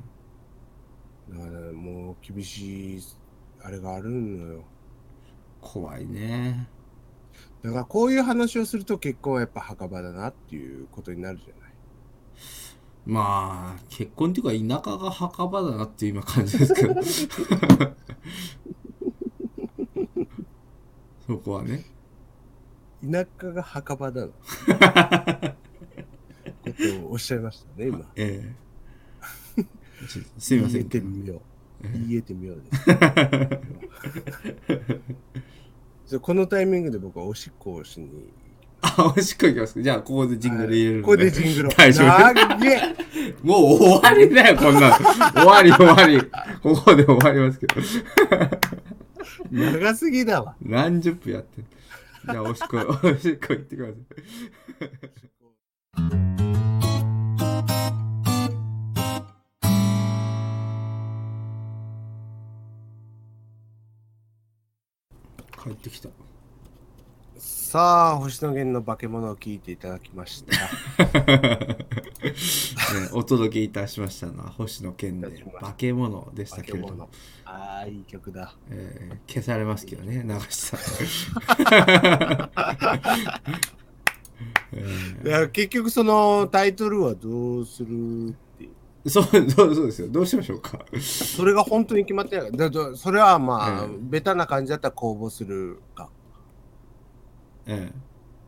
[SPEAKER 3] だからもう厳しい、あれがあるのよ。
[SPEAKER 1] え怖いね
[SPEAKER 3] だからこういう話をすると結婚はやっぱ墓場だなっていうことになるじゃない。
[SPEAKER 1] まあ結婚っていうか田舎が墓場だなっていう今感じですけど そこはね
[SPEAKER 3] 田舎が墓場だな。ことをおっしゃいましたね、今。
[SPEAKER 1] ええちょすいませ
[SPEAKER 3] 言えて
[SPEAKER 1] ん
[SPEAKER 3] みよう。
[SPEAKER 1] ええ
[SPEAKER 3] 言えてみようです。そうこのタイミングで僕はおしっこをしに。
[SPEAKER 1] あ、おしっこいきますかじゃあ、ここでジングル入れるんで
[SPEAKER 3] ここでジングルを。
[SPEAKER 1] 大丈夫
[SPEAKER 3] なっげえ
[SPEAKER 1] もう終わりだよ、こんなの。終わり、終わり。ここで終わりますけど。
[SPEAKER 3] 長すぎだわ。
[SPEAKER 1] 何十分やってんじゃあ、おしっこ、おしっこ行ってください。帰ってきた。
[SPEAKER 3] さあ、星野源の化け物を聞いていただき ました。
[SPEAKER 1] ね、お届けいたしましたのは星野源で化け物でした
[SPEAKER 3] 化
[SPEAKER 1] け
[SPEAKER 3] け
[SPEAKER 1] れども
[SPEAKER 3] 物。。ああ、いい曲だ。
[SPEAKER 1] えー消されますけどね、流したら。
[SPEAKER 3] いや結局そのタイトルはどうするってい う
[SPEAKER 1] そう、そう、そうですよ。どうしましょうか。
[SPEAKER 3] それが本当に決まってないからだだそれはまあ、
[SPEAKER 1] ええ
[SPEAKER 3] ベタな感じだったら公募するか
[SPEAKER 1] え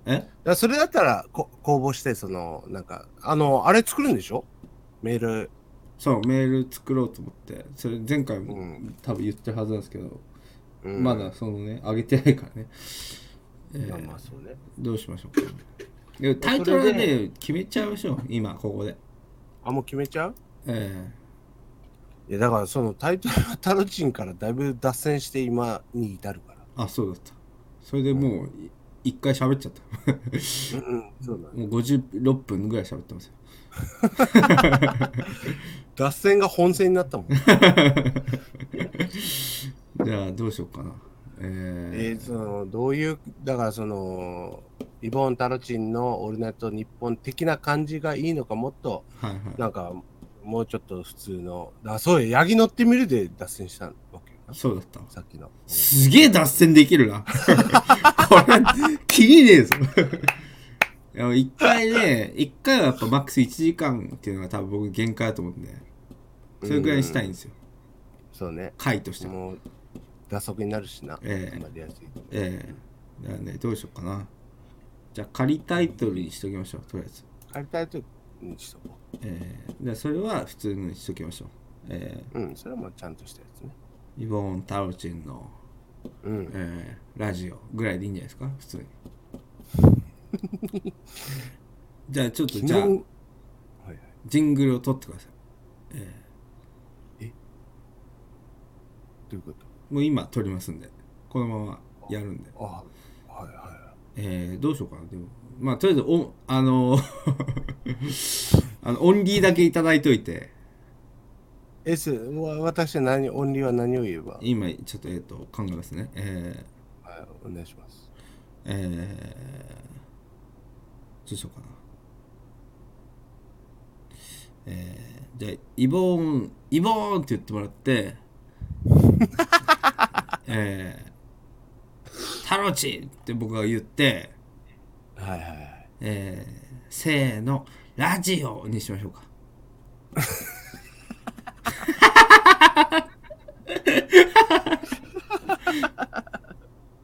[SPEAKER 1] ええ
[SPEAKER 3] だからそれだったらこ公募してそのなんかあのあれ作るんでしょメール
[SPEAKER 1] そう、メール作ろうと思って、それ前回も、
[SPEAKER 3] うん
[SPEAKER 1] 多分言ってるはずなんですけど、
[SPEAKER 3] うん
[SPEAKER 1] まだそのね、上げてないからね。え
[SPEAKER 3] まあ
[SPEAKER 1] ー
[SPEAKER 3] まあそうね
[SPEAKER 1] どうしましょうか。でもタイトルは
[SPEAKER 3] それ
[SPEAKER 1] ね、決めちゃいましょう。今、ここで。
[SPEAKER 3] あもう決めちゃう
[SPEAKER 1] え
[SPEAKER 3] いやだからそのタイトルはタロチンからだいぶ脱線して今に至るから
[SPEAKER 1] ーあ、そうだった。それでもう、い一回喋っちゃった。
[SPEAKER 3] うん、うん、そうだね
[SPEAKER 1] もう56分ぐらい喋ってますよ。
[SPEAKER 3] 脱線が本線になったもん
[SPEAKER 1] じゃあどうしようかな。えー、
[SPEAKER 3] えー、そのどういうだからそのイボーン・タロチンの「オールナイトニッポン」的な感じがいいのかもっと
[SPEAKER 1] はいは。
[SPEAKER 3] なんかもうちょっと普通のあそうやヤギ乗ってみるで脱線したわけよない
[SPEAKER 1] そうだった。
[SPEAKER 3] さっきの
[SPEAKER 1] すげえ脱線できるな。 これ、きりねえぞ。 いや一回ね、一回はやっぱマックス1時間っていうのが多分僕限界だと思うんで、それぐらいにしたいんですよ。
[SPEAKER 3] そうね。
[SPEAKER 1] 回としても。
[SPEAKER 3] もう、打足になるしな。
[SPEAKER 1] ええ
[SPEAKER 3] わりやすい。
[SPEAKER 1] ええだからね、どうしようかな。じゃあ、仮タイトルにしときましょう、とりあえず。
[SPEAKER 3] 借りたいとにしとこ
[SPEAKER 1] ええじゃあそれは普通のにしときましょう。ええ
[SPEAKER 3] う。うん、それはもうちゃんとしたやつね。
[SPEAKER 1] イボーン・タロチンの、
[SPEAKER 3] うん。
[SPEAKER 1] ええラジオぐらいでいいんじゃないですか、普通に。じゃあ、ちょっと、
[SPEAKER 3] 昨
[SPEAKER 1] じ
[SPEAKER 3] 日、
[SPEAKER 1] ゃあ
[SPEAKER 3] は、いはい。
[SPEAKER 1] ジングルを取ってください。
[SPEAKER 3] どういうこと
[SPEAKER 1] もう今取りますんで、このままやるんで。
[SPEAKER 3] あ、はいは
[SPEAKER 1] ええどうしようかな、でも。まあ、とりあえず、お、あのあの、オンリーだ けいただいといて、
[SPEAKER 3] い。S、わ私は何、オンリーは何を言えば、はい、
[SPEAKER 1] 今、ちょっと、えっ、と、考えますね。ええ
[SPEAKER 3] お願いします。
[SPEAKER 1] えー、どうしようかな。えー、じゃあ、イボーン、イボーンって言ってもらって、えー、タロチって僕が言って、
[SPEAKER 3] はいはいはい。
[SPEAKER 1] えー、せーの、ラジオにしましょうか。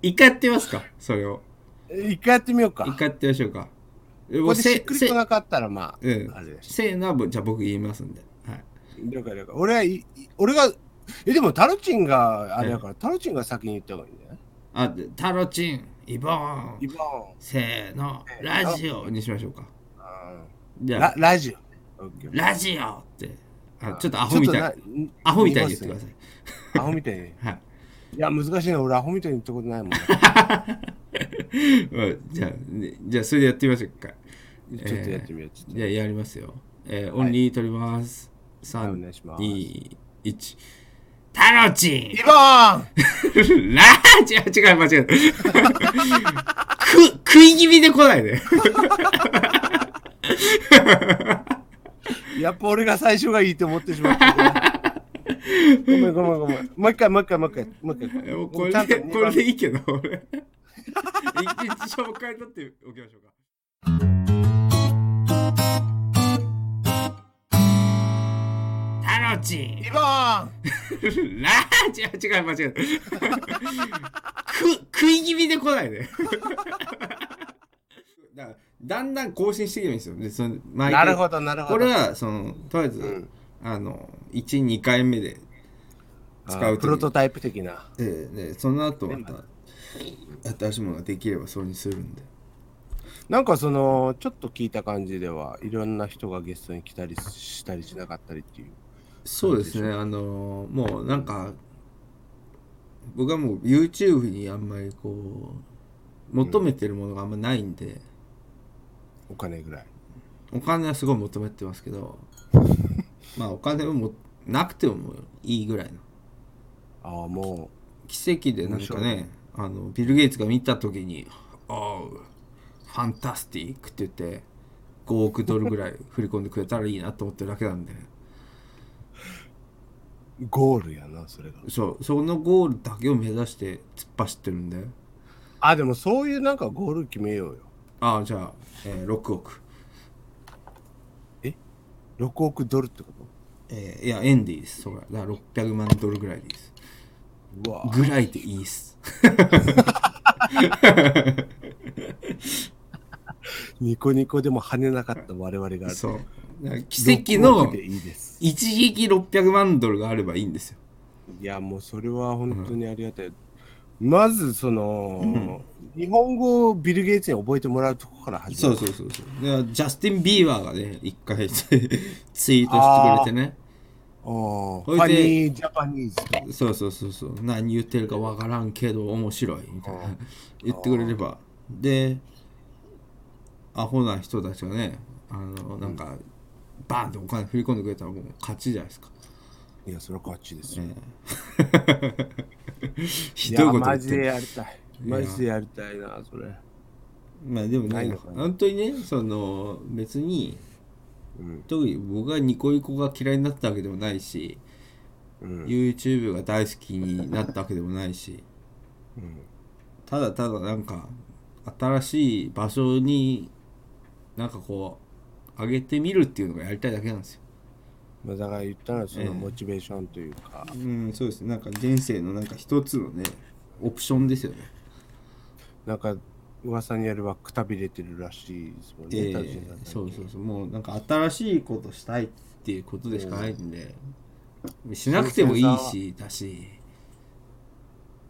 [SPEAKER 1] 一回やってみますか、それを。
[SPEAKER 3] え一回やってみようか。
[SPEAKER 1] 一
[SPEAKER 3] こ
[SPEAKER 1] 回やってみましょうか。
[SPEAKER 3] こ
[SPEAKER 1] こ
[SPEAKER 3] でしっくりこなかったら、まあ、
[SPEAKER 1] うん
[SPEAKER 3] あれだし。
[SPEAKER 1] せーのはぶじゃあ僕言いますんで。はい。
[SPEAKER 3] 了解了解。俺はい、い俺が、え、でもタロチンがあれだから、タロチンが先に言った方がいいんじゃない
[SPEAKER 1] あ、でタロチン、イボー
[SPEAKER 3] イ
[SPEAKER 1] ン、
[SPEAKER 3] ボーン
[SPEAKER 1] せーの、ラジオにしましょうか。
[SPEAKER 3] あ
[SPEAKER 1] じ
[SPEAKER 3] ー。
[SPEAKER 1] ゃ
[SPEAKER 3] ラ
[SPEAKER 1] あ、
[SPEAKER 3] ラジオ。オッケー
[SPEAKER 1] ラジオって、あちょっとアホみたい。
[SPEAKER 3] ちょっとな
[SPEAKER 1] アホみたいに言ってください。
[SPEAKER 3] アホみたいに。
[SPEAKER 1] はい。
[SPEAKER 3] いや、難しいな。俺、アホみたいに言ったことないも ん。
[SPEAKER 1] うんじゃあ、ねじゃあそれでやってみましょうか。
[SPEAKER 3] ちょっとやってみよう。ちょっ
[SPEAKER 1] じゃあやりますよ。えー、オンリー取ります。
[SPEAKER 3] とはい
[SPEAKER 1] 三
[SPEAKER 3] お願いします
[SPEAKER 1] 二一タロチン
[SPEAKER 3] リボーン
[SPEAKER 1] ラ ジオ違う、間違えた。く、 食い気味で来ないで。
[SPEAKER 3] やっぱ俺が最初がいいと思ってしまった。ごめんごめんごめん。もう一回もう一回もう一回もう一回。
[SPEAKER 1] もうこれ
[SPEAKER 3] ちゃんと
[SPEAKER 1] で、
[SPEAKER 3] 二番
[SPEAKER 1] これでいいけど、俺。一一紹介だっておきましょうか。タロチ
[SPEAKER 3] リボーン
[SPEAKER 1] ンラジオ違う、間違えた。く、食い気味で来 ないで。だからだんだん更新していけばいいんですよ。でその毎
[SPEAKER 3] な
[SPEAKER 1] 回
[SPEAKER 3] るほどなるほど。
[SPEAKER 1] これはそのとりあえず、
[SPEAKER 3] うん
[SPEAKER 1] あの12回目で、
[SPEAKER 3] あー
[SPEAKER 1] 使う時に
[SPEAKER 3] プロトタイプ的な。
[SPEAKER 1] えーでその後また新しいものができればそれにするんで
[SPEAKER 3] なんかその、ちょっと聞いた感じでは、いろんな人がゲストに来たりしたりしなかったりっていう。
[SPEAKER 1] そうですねあのもうなんか僕はもう YouTube にあんまりこう求めてるものがあんまないんで、
[SPEAKER 3] お金ぐらい。
[SPEAKER 1] お金はすごい求めてますけ どまあお金はもうなくてもいいぐらいの
[SPEAKER 3] ああ、も
[SPEAKER 1] 奇跡でなんかねあのビル・ゲイツが見た時に「おうファンタスティック」って言って5億ドルぐらい振り込んでくれたらいいなと思ってるだけなんで
[SPEAKER 3] う、ゴールやな、それが。
[SPEAKER 1] そうそのゴールだけを目指して突っ走ってるんで
[SPEAKER 3] あ、でもそういうなんかゴール決めようよ。
[SPEAKER 1] ああじゃあ、えー6億、
[SPEAKER 3] 6億ドルってこと
[SPEAKER 1] えーいや円でいいですそれだから600万ドルぐらいでいいです
[SPEAKER 3] うわ
[SPEAKER 1] ぐらいでいいです
[SPEAKER 3] ニコニコでも跳ねなかった我々が。
[SPEAKER 1] そうだから奇
[SPEAKER 3] 6
[SPEAKER 1] 跡
[SPEAKER 3] 億
[SPEAKER 1] の
[SPEAKER 3] でいいです。
[SPEAKER 1] 一撃600万ドルがあればいいんですよ
[SPEAKER 3] いや、もうそれは本当にありがたい。まず、その、日本語をビル・ゲイツに覚えてもらうとこから始
[SPEAKER 1] そ
[SPEAKER 3] め
[SPEAKER 1] う
[SPEAKER 3] る。
[SPEAKER 1] そうそうそうでジャスティン・ビーバーがね一回 ツイートしてくれてね
[SPEAKER 3] おー
[SPEAKER 1] そ
[SPEAKER 3] ファ
[SPEAKER 1] れで
[SPEAKER 3] ニー・ジャパニーズと。
[SPEAKER 1] そうそうそうそう何言ってるかわからんけど面白いみたいな言ってくれればでアホな人たちがねあのなんか、バーンってお金振り込んでくれたらもう勝ちじゃないですか、
[SPEAKER 3] いや、それはこっちですよ。
[SPEAKER 1] ええひどいこと
[SPEAKER 3] や、
[SPEAKER 1] 言
[SPEAKER 3] マ
[SPEAKER 1] って
[SPEAKER 3] ジ
[SPEAKER 1] る
[SPEAKER 3] でやりたい。マジでやりたいな、それ。
[SPEAKER 1] まあでも
[SPEAKER 3] ない
[SPEAKER 1] ね
[SPEAKER 3] のかな
[SPEAKER 1] 本当にねその別に
[SPEAKER 3] うん。
[SPEAKER 1] 特に僕がニコニコが嫌いになったわけでもないし
[SPEAKER 3] うん。
[SPEAKER 1] YouTube が大好きになったわけでもないし
[SPEAKER 3] うん
[SPEAKER 1] ただただなんか新しい場所になんかこう上げてみるっていうのがやりたいだけなんですよ
[SPEAKER 3] まあだから言ったらそ
[SPEAKER 1] ええ
[SPEAKER 3] のモチベーションというか、
[SPEAKER 1] うんそうですねなんか人生のなんか一つのねオプションですよね
[SPEAKER 3] なんか噂によればくたびれてるらしいですもんね、
[SPEAKER 1] え
[SPEAKER 3] 田
[SPEAKER 1] え
[SPEAKER 3] 尻さん
[SPEAKER 1] そうそうそうもうなんか新しいことしたいっていうことでしかないんで、しなくてもいいしだし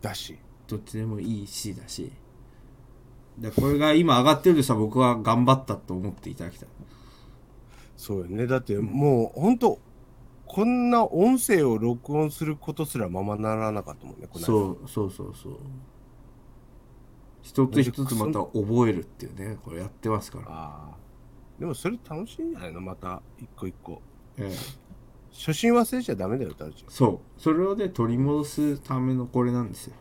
[SPEAKER 3] だし
[SPEAKER 1] どっちでもいいしだしでこれが今上がってるとしたら僕は頑張ったと思っていただきたい
[SPEAKER 3] そうよねだってもう本当こんな音声を録音することすらままならなかったもんねこの間
[SPEAKER 1] そうそうそうそう一つ一つまた覚えるっていうねこれやってますから、
[SPEAKER 3] ああでもそれ楽しいんじゃないのまた一個一個
[SPEAKER 1] ええ、
[SPEAKER 3] 初心忘れちゃダメだよ田尻
[SPEAKER 1] そうそれをね取り戻すためのこれなんですよ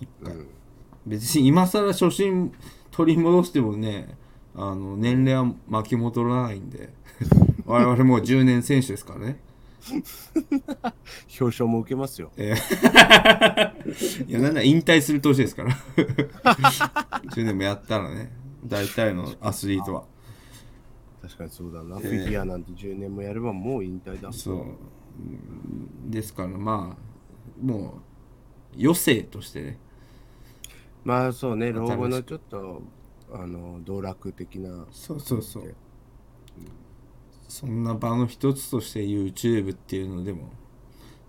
[SPEAKER 1] 一
[SPEAKER 3] う
[SPEAKER 1] 回、
[SPEAKER 3] ん
[SPEAKER 1] 別に今更初心取り戻してもねあの年齢は巻き戻らないん で我々もう10年選手ですからね
[SPEAKER 3] 表彰も受けますよ
[SPEAKER 1] いやなんなら引退する年ですから 10年もやったらね大体のアスリートは
[SPEAKER 3] 確かにそうだな、
[SPEAKER 1] え
[SPEAKER 3] フィギュアなんて10年もやればもう引退だ
[SPEAKER 1] そううんですからまあもう余生としてね
[SPEAKER 3] まあそうね
[SPEAKER 1] 新
[SPEAKER 3] 老
[SPEAKER 1] しく
[SPEAKER 3] 後のちょっとあの道楽的な
[SPEAKER 1] そうそうそう、そんな場の一つとして YouTube っていうのでも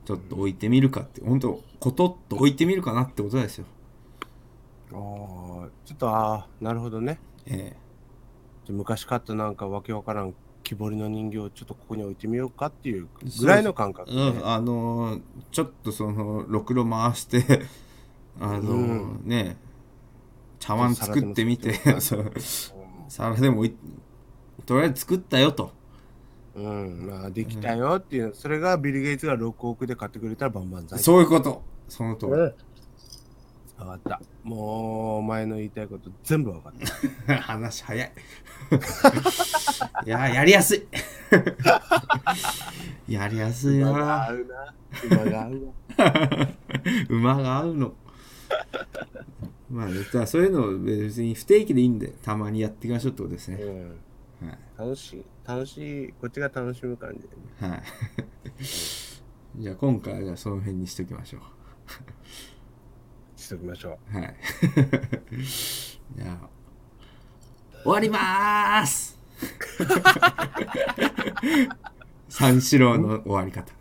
[SPEAKER 1] ちょっと置いてみるかって本当ことっと置いてみるかなってことですよ
[SPEAKER 3] あーちょっとああなるほどね
[SPEAKER 1] え
[SPEAKER 3] じゃあ昔買ったなんかわけわからん木彫りの人形をちょっとここに置いてみようかっていうぐらいの感
[SPEAKER 1] え
[SPEAKER 3] 覚、
[SPEAKER 1] うんあのーちょっとそのろくろ回して あのー、
[SPEAKER 3] う
[SPEAKER 1] ね茶碗作ってみて そう皿でも置いとりあえず作ったよと
[SPEAKER 3] うんまあできたよっていう、それがビル・ゲイツが6億で買ってくれたらバンバン財
[SPEAKER 1] そういうことその通り、
[SPEAKER 3] 分かったもうお前の言いたいこと全部分かっ た
[SPEAKER 1] 話早い いややりやすい やりやすいな
[SPEAKER 3] 合うな馬が合うわ
[SPEAKER 1] 馬が合うのまあねだからそういうの別に不定期でいいんでたまにやっていきましょうってことです
[SPEAKER 3] う
[SPEAKER 1] ね
[SPEAKER 3] ん
[SPEAKER 1] はい、
[SPEAKER 3] 楽しい楽しいこっちが楽しむ感じだよね
[SPEAKER 1] はい、 じゃあ今回はじゃあその辺にしときましょ
[SPEAKER 3] しときましょう
[SPEAKER 1] うはい じゃあ終わりまーす三四郎の終わり方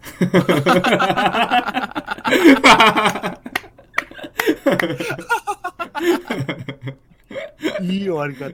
[SPEAKER 3] いい終わり方。